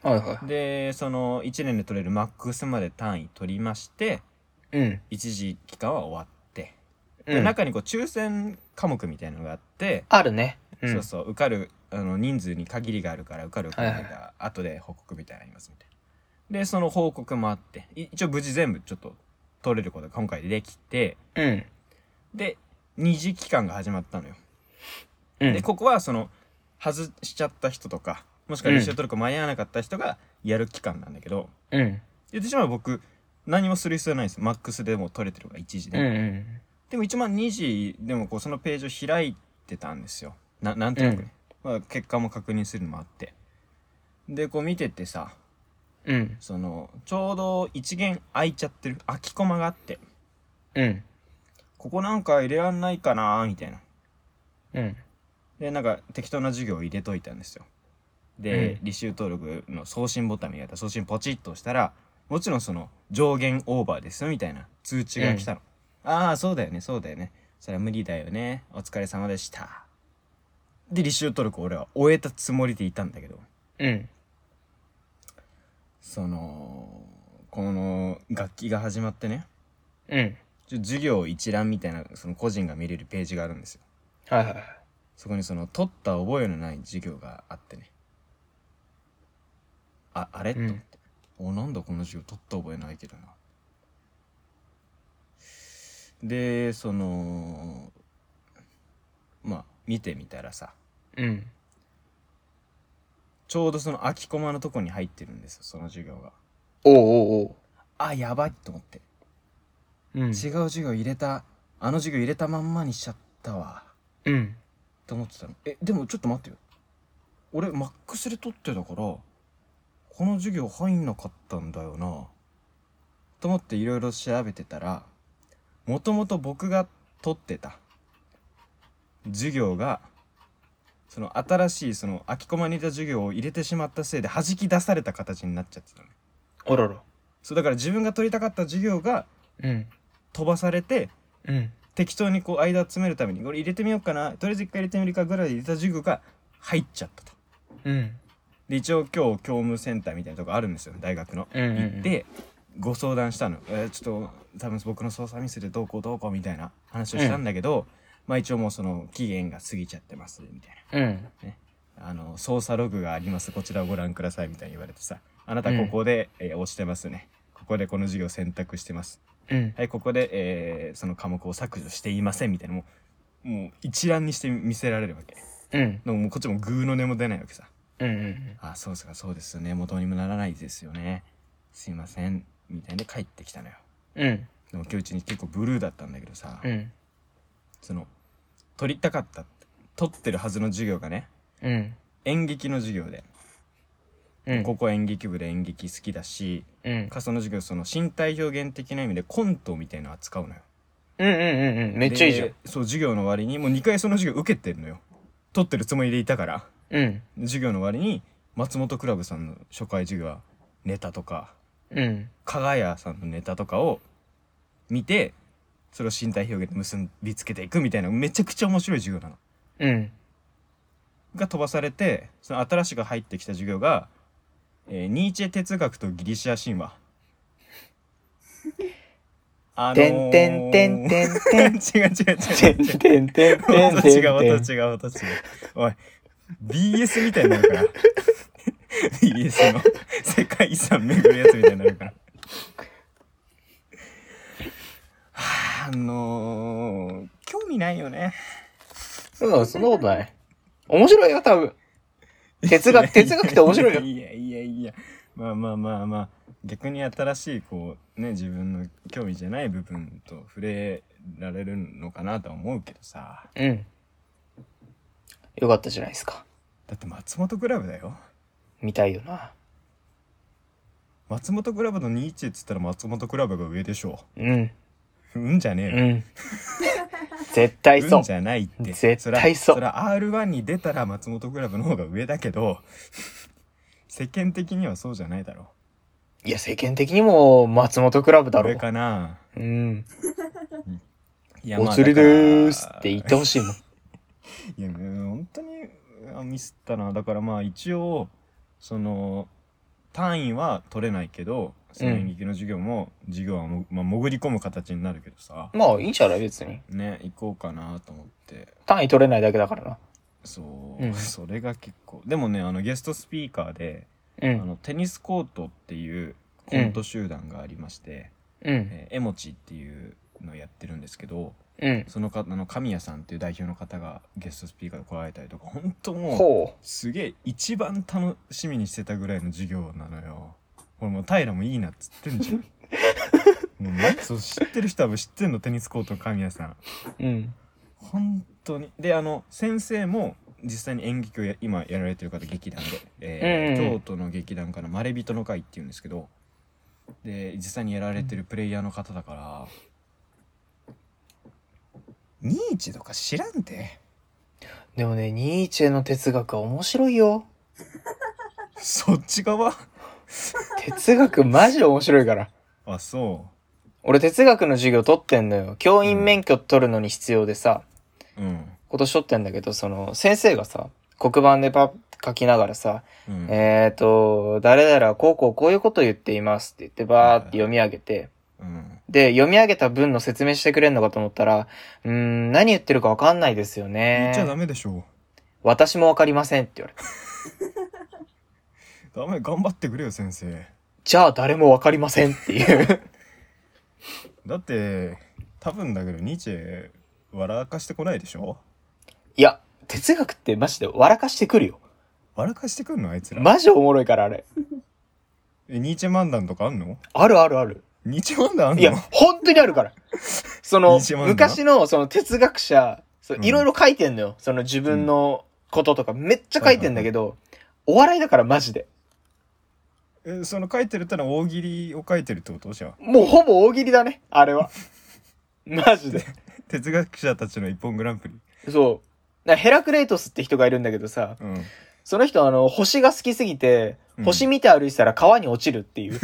[SPEAKER 1] はいは
[SPEAKER 2] でその1年で取れるマックスまで単位取りまして
[SPEAKER 1] い。うん。
[SPEAKER 2] 一時期間は終わってで、
[SPEAKER 1] うん、
[SPEAKER 2] 中にこう抽選科目みたいなのがあって、
[SPEAKER 1] あるね。ん
[SPEAKER 2] そうそう受かるあの人数に限りがあるから受かる受かる
[SPEAKER 1] はいはい
[SPEAKER 2] が後で報告みたいなのありますみたいなでその報告もあってい一応無事全部ちょっと取れることが今回できて
[SPEAKER 1] うん。
[SPEAKER 2] で二次期間が始まったのよ、
[SPEAKER 1] うん。
[SPEAKER 2] でここはその外しちゃった人とかもしくは履修登録間に合わなかった人がやる期間なんだけど
[SPEAKER 1] うん。
[SPEAKER 2] 言ってしまえば僕何もする必要ないんですマックスでもう取れてるから一時で、
[SPEAKER 1] うん。うん。
[SPEAKER 2] でも一番2時でもこうそのページを開いてたんですよ。ななんとなくね、まあ、結果も確認するのもあって。でこう見ててさ
[SPEAKER 1] うん。
[SPEAKER 2] そのちょうど一限空いちゃってる空きコマがあって
[SPEAKER 1] うん。
[SPEAKER 2] ここなんか入れらんないかなーみたいな。
[SPEAKER 1] うん。
[SPEAKER 2] でなんか適当な授業を入れといたんですよ。で、
[SPEAKER 1] う
[SPEAKER 2] 履修登録の送信ボタンみたいな送信ポチッと押したらもちろんその上限オーバーですみたいな通知が来たの。ああそうだよねそうだよねそれは無理だよねお疲れ様でした。で履修登録を俺は終えたつもりでいたんだけど
[SPEAKER 1] うん。
[SPEAKER 2] そのこの楽器が始まってね
[SPEAKER 1] うん。
[SPEAKER 2] ちょ授業一覧みたいなその個人が見れるページがあるんですよ。
[SPEAKER 1] はいはい。
[SPEAKER 2] そこにその取った覚えのない授業があってねああれ、
[SPEAKER 1] うん
[SPEAKER 2] と思っておなんだこの授業取った覚えないけどなでそのまあ見てみたらさ
[SPEAKER 1] うん。
[SPEAKER 2] ちょうどその空きコマのとこに入ってるんですよその授業が
[SPEAKER 1] おうおうおう。
[SPEAKER 2] あやばいと思って、
[SPEAKER 1] うん。
[SPEAKER 2] 違う授業入れたあの授業入れたまんまにしちゃったわ
[SPEAKER 1] うん。
[SPEAKER 2] と思ってたのえでもちょっと待ってよ俺マックスで取ってたからこの授業入んなかったんだよなと思っていろいろ調べてたらもともと僕が取ってた授業がその新しいその空きコマにいた授業を入れてしまったせいで弾き出された形になっちゃってたのね
[SPEAKER 1] おろろ。
[SPEAKER 2] そうだから自分が取りたかった授業が
[SPEAKER 1] うん。
[SPEAKER 2] 飛ばされて
[SPEAKER 1] うん。
[SPEAKER 2] 適当にこう間を詰めるためにこれ入れてみようかなとりあえず一回入れてみるかぐらいで入れた授業が入っちゃったと
[SPEAKER 1] うん。
[SPEAKER 2] で一応今日教務センターみたいなとこあるんですよ大学の、
[SPEAKER 1] うんうんうん
[SPEAKER 2] 行ってご相談したの、えーちょっと多分僕の操作ミスでどうこうどうこうみたいな話をしたんだけど、まあ一応もうその期限が過ぎちゃってますみたい
[SPEAKER 1] うん。
[SPEAKER 2] なあの操作ログがありますこちらをご覧くださいみたいに言われてさあなたここで、えー押してますねここでこの授業選択してます
[SPEAKER 1] うん。
[SPEAKER 2] はい、ここで、えーその科目を削除していませんみたいな、もう、もう一覧にして見せられるわけ。
[SPEAKER 1] うん。
[SPEAKER 2] でももうこっちもグーの音も出ないわけさ。
[SPEAKER 1] うん。
[SPEAKER 2] あ、そうですか、そうですよね。もうどうにもならないですよね。すいません。みたいで帰ってきたのよ。
[SPEAKER 1] うん。
[SPEAKER 2] でも今日うちに結構ブルーだったんだけどさ、
[SPEAKER 1] うん。
[SPEAKER 2] その、取りたかった、取ってるはずの授業がね、
[SPEAKER 1] うん。
[SPEAKER 2] 演劇の授業で、
[SPEAKER 1] うん。
[SPEAKER 2] ここ演劇部で演劇好きだし、
[SPEAKER 1] うん。
[SPEAKER 2] かその授業、その身体表現的な意味でコントみたいなの扱うのよ。
[SPEAKER 1] うんうんうんうん。めっちゃいいじゃん
[SPEAKER 2] で。そう授業の終わりにもう2回その授業受けてるのよ取ってるつもりでいたから
[SPEAKER 1] うん。
[SPEAKER 2] 授業の終わりに松本クラブさんの初回授業はネタとか
[SPEAKER 1] うん。
[SPEAKER 2] 加賀谷さんのネタとかを見てそれを身体表現で結びつけていくみたいなめちゃくちゃ面白い授業なの
[SPEAKER 1] うん。
[SPEAKER 2] が飛ばされてその新しく入ってきた授業が、えーニーチェ哲学とギリシア神話あ
[SPEAKER 1] てんてんてん
[SPEAKER 2] 違う
[SPEAKER 1] てんてん。
[SPEAKER 2] 違う違う
[SPEAKER 1] てんてんてんてん
[SPEAKER 2] 音
[SPEAKER 1] て
[SPEAKER 2] 違
[SPEAKER 1] ん。
[SPEAKER 2] う音違う音違うおい BS みたいになるから BS の世界遺産巡るやつみたいになるからはああのー、興味ないよね
[SPEAKER 1] うん、そんなことない。面白いよ、多分。哲 学哲学って面白いよ
[SPEAKER 2] いやいやいやまあまあまあまあ逆に新しいこうね自分の興味じゃない部分と触れられるのかなとは思うけどさ
[SPEAKER 1] うん。よかったじゃないですか。
[SPEAKER 2] だって松本クラブだよ
[SPEAKER 1] 見たいよな。
[SPEAKER 2] 松本クラブのニーチェっつったら松本クラブが上でしょ
[SPEAKER 1] うん。
[SPEAKER 2] う。うんじゃねえ
[SPEAKER 1] う
[SPEAKER 2] よ。
[SPEAKER 1] ん。絶対そう
[SPEAKER 2] うん。じゃないって。
[SPEAKER 1] 絶対そう
[SPEAKER 2] そりゃ R1 に出たら松本クラブの方が上だけど、 世間的にはそうじゃないだろ
[SPEAKER 1] いや、世間的にも松本クラブ
[SPEAKER 2] う。
[SPEAKER 1] だろ
[SPEAKER 2] 上。かな。
[SPEAKER 1] うん。
[SPEAKER 2] いや
[SPEAKER 1] お釣りでーすって言っ。てほしい もん。
[SPEAKER 2] だからいや、うん本当にあミスったな。だからまあ一応、その、単位は取れないけど、その演劇の授業も、授業はも、まあ、潜り込む形になるけどさ、
[SPEAKER 1] まあ、いいじゃない、別に。
[SPEAKER 2] ね、行こうかなと思って。
[SPEAKER 1] 単位取れないだけだからな。
[SPEAKER 2] そう、
[SPEAKER 1] うん
[SPEAKER 2] それが結構でもねあのゲストスピーカーで、
[SPEAKER 1] う
[SPEAKER 2] あ
[SPEAKER 1] ん。
[SPEAKER 2] のテニスコートっていうコント集団がありまして、
[SPEAKER 1] うん。
[SPEAKER 2] えーエモチっていうのをやってるんですけど
[SPEAKER 1] うん。
[SPEAKER 2] その方の神谷さんっていう代表の方がゲストスピーカーで来られたりとか本当もう
[SPEAKER 1] ほ
[SPEAKER 2] すげえ一番楽しみにしてたぐらいの授業なのよ。俺もう平もいいなっつってん じゃん。もうねそう知ってる人はもう知ってんのテニスコートの神谷さん。
[SPEAKER 1] う。うん。
[SPEAKER 2] 本当にであの先生も実際に演劇をや今やられてる方劇団で、えー
[SPEAKER 1] うんうん
[SPEAKER 2] 京都の劇団から「まれびとの会」っていうんですけどで実際にやられてるプレイヤーの方だから、ニーチェとか知らんて
[SPEAKER 1] でもね、ニーチェの哲学は面白いよ。
[SPEAKER 2] そっち側
[SPEAKER 1] 哲学マジ面白いから。
[SPEAKER 2] あそ
[SPEAKER 1] 俺哲学の授業取ってんのよ。教員免許取るのに必要でさ、
[SPEAKER 2] ううん
[SPEAKER 1] 今年取ってんだけど、その、先生がさ、黒板でパッて書きながらさ、
[SPEAKER 2] うん
[SPEAKER 1] えーと、誰々はこうこうこういうこと言っていますって言ってバーって読み上げて、
[SPEAKER 2] うん
[SPEAKER 1] で、読み上げた文の説明してくれんのかと思ったら、うーん、何言ってるかわかんないですよ
[SPEAKER 2] 言っちゃ
[SPEAKER 1] ね。
[SPEAKER 2] ダメでしょ
[SPEAKER 1] 私もわかりませんって言われた。
[SPEAKER 2] ダメ頑張ってくれよ先生
[SPEAKER 1] じゃあ誰もわかりませんっていう。
[SPEAKER 2] だって多分だけどニーチェ笑かしてこないでしょ
[SPEAKER 1] いや、哲学ってマジで笑かしてくるよ。
[SPEAKER 2] 笑かしてくんのあいつら、
[SPEAKER 1] マジおもろいからあれ。
[SPEAKER 2] えニーチェ漫談とかあんの
[SPEAKER 1] あるあるある。
[SPEAKER 2] ニーチェ漫談あんの
[SPEAKER 1] いや、本当にあるから。その
[SPEAKER 2] 西、漫画
[SPEAKER 1] 昔の、その哲学者、そう
[SPEAKER 2] うん
[SPEAKER 1] いろいろ書いてんのよ。その自分のこととか、めっちゃ書いてんだけど、お笑いだからマジで。
[SPEAKER 2] えその書いてるってのは大喜利を書いてるってことじゃあ
[SPEAKER 1] もうほぼ大喜利だね、あれ は。マジで。
[SPEAKER 2] 哲学者たちの一本グランプリ
[SPEAKER 1] そう。なヘラクレイトスって人がいるんだけどさ、
[SPEAKER 2] うん
[SPEAKER 1] その人あの、星が好きすぎて
[SPEAKER 2] う、ん
[SPEAKER 1] 星見て歩いてたら川に落ちるっていう。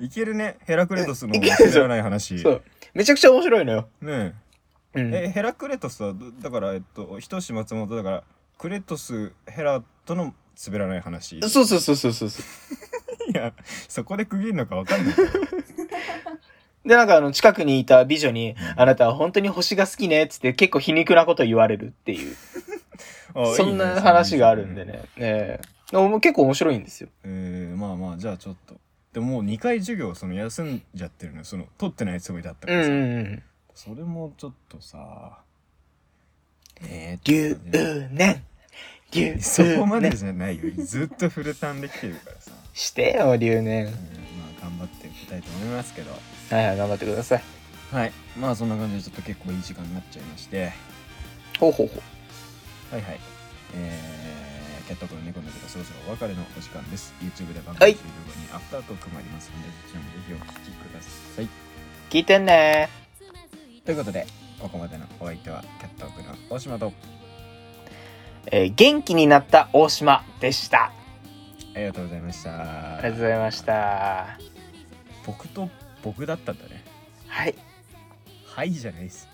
[SPEAKER 2] いけるねヘラクレトスの
[SPEAKER 1] いけるでしょ
[SPEAKER 2] 知らない話
[SPEAKER 1] そ
[SPEAKER 2] ね
[SPEAKER 1] う。めちゃくちゃ面白いのよ。
[SPEAKER 2] え
[SPEAKER 1] うん。
[SPEAKER 2] えヘラクレトスはどだからえっと人志松本だからクレトスヘラとの滑らない話い
[SPEAKER 1] そうそうそうそうそうそ
[SPEAKER 2] やそこで区切るのかわか んないけ
[SPEAKER 1] う。
[SPEAKER 2] ど
[SPEAKER 1] で、なんかあの、近くにいた美女に、あなたは本当に星が好きね、っつって結構皮肉なこと言われるっていう、
[SPEAKER 2] あ
[SPEAKER 1] そんな話があるんで
[SPEAKER 2] いい
[SPEAKER 1] ね。ええでも結構面白いんですよ。
[SPEAKER 2] そのうんえーまあまあじゃあちょっとでももう2回授業その休んじゃってるのよその取ってないつもりだった
[SPEAKER 1] う
[SPEAKER 2] か
[SPEAKER 1] ん
[SPEAKER 2] ら
[SPEAKER 1] う
[SPEAKER 2] さ、
[SPEAKER 1] んうん。
[SPEAKER 2] それもちょっとさえー
[SPEAKER 1] 竜
[SPEAKER 2] ちょっとね
[SPEAKER 1] うねん。竜
[SPEAKER 2] そこま
[SPEAKER 1] うね
[SPEAKER 2] で
[SPEAKER 1] ん
[SPEAKER 2] じゃないよずっとフルターンできてるからさ、
[SPEAKER 1] してよ、竜ね
[SPEAKER 2] うん
[SPEAKER 1] ん。
[SPEAKER 2] まあ頑張っていきたいと思いますけど
[SPEAKER 1] はいはい、頑張ってください。
[SPEAKER 2] はいまあそんな感じでちょっと結構いい時間になっちゃいまして
[SPEAKER 1] ほうほうほう。
[SPEAKER 2] はいはいえー、キャットコの猫の猫そろそろお別れのお時間です YouTube で番
[SPEAKER 1] は
[SPEAKER 2] 組
[SPEAKER 1] い
[SPEAKER 2] 終了後にアフタートークもありますのでそちらもぜひお聞きください
[SPEAKER 1] 聞いてんね
[SPEAKER 2] ということでここまでのお相手はキャットコの大島と
[SPEAKER 1] えー元気になった大島でした。
[SPEAKER 2] ありがとうございました
[SPEAKER 1] ありがとうございました。
[SPEAKER 2] 僕と僕だったんだね
[SPEAKER 1] はい。
[SPEAKER 2] はいじゃないです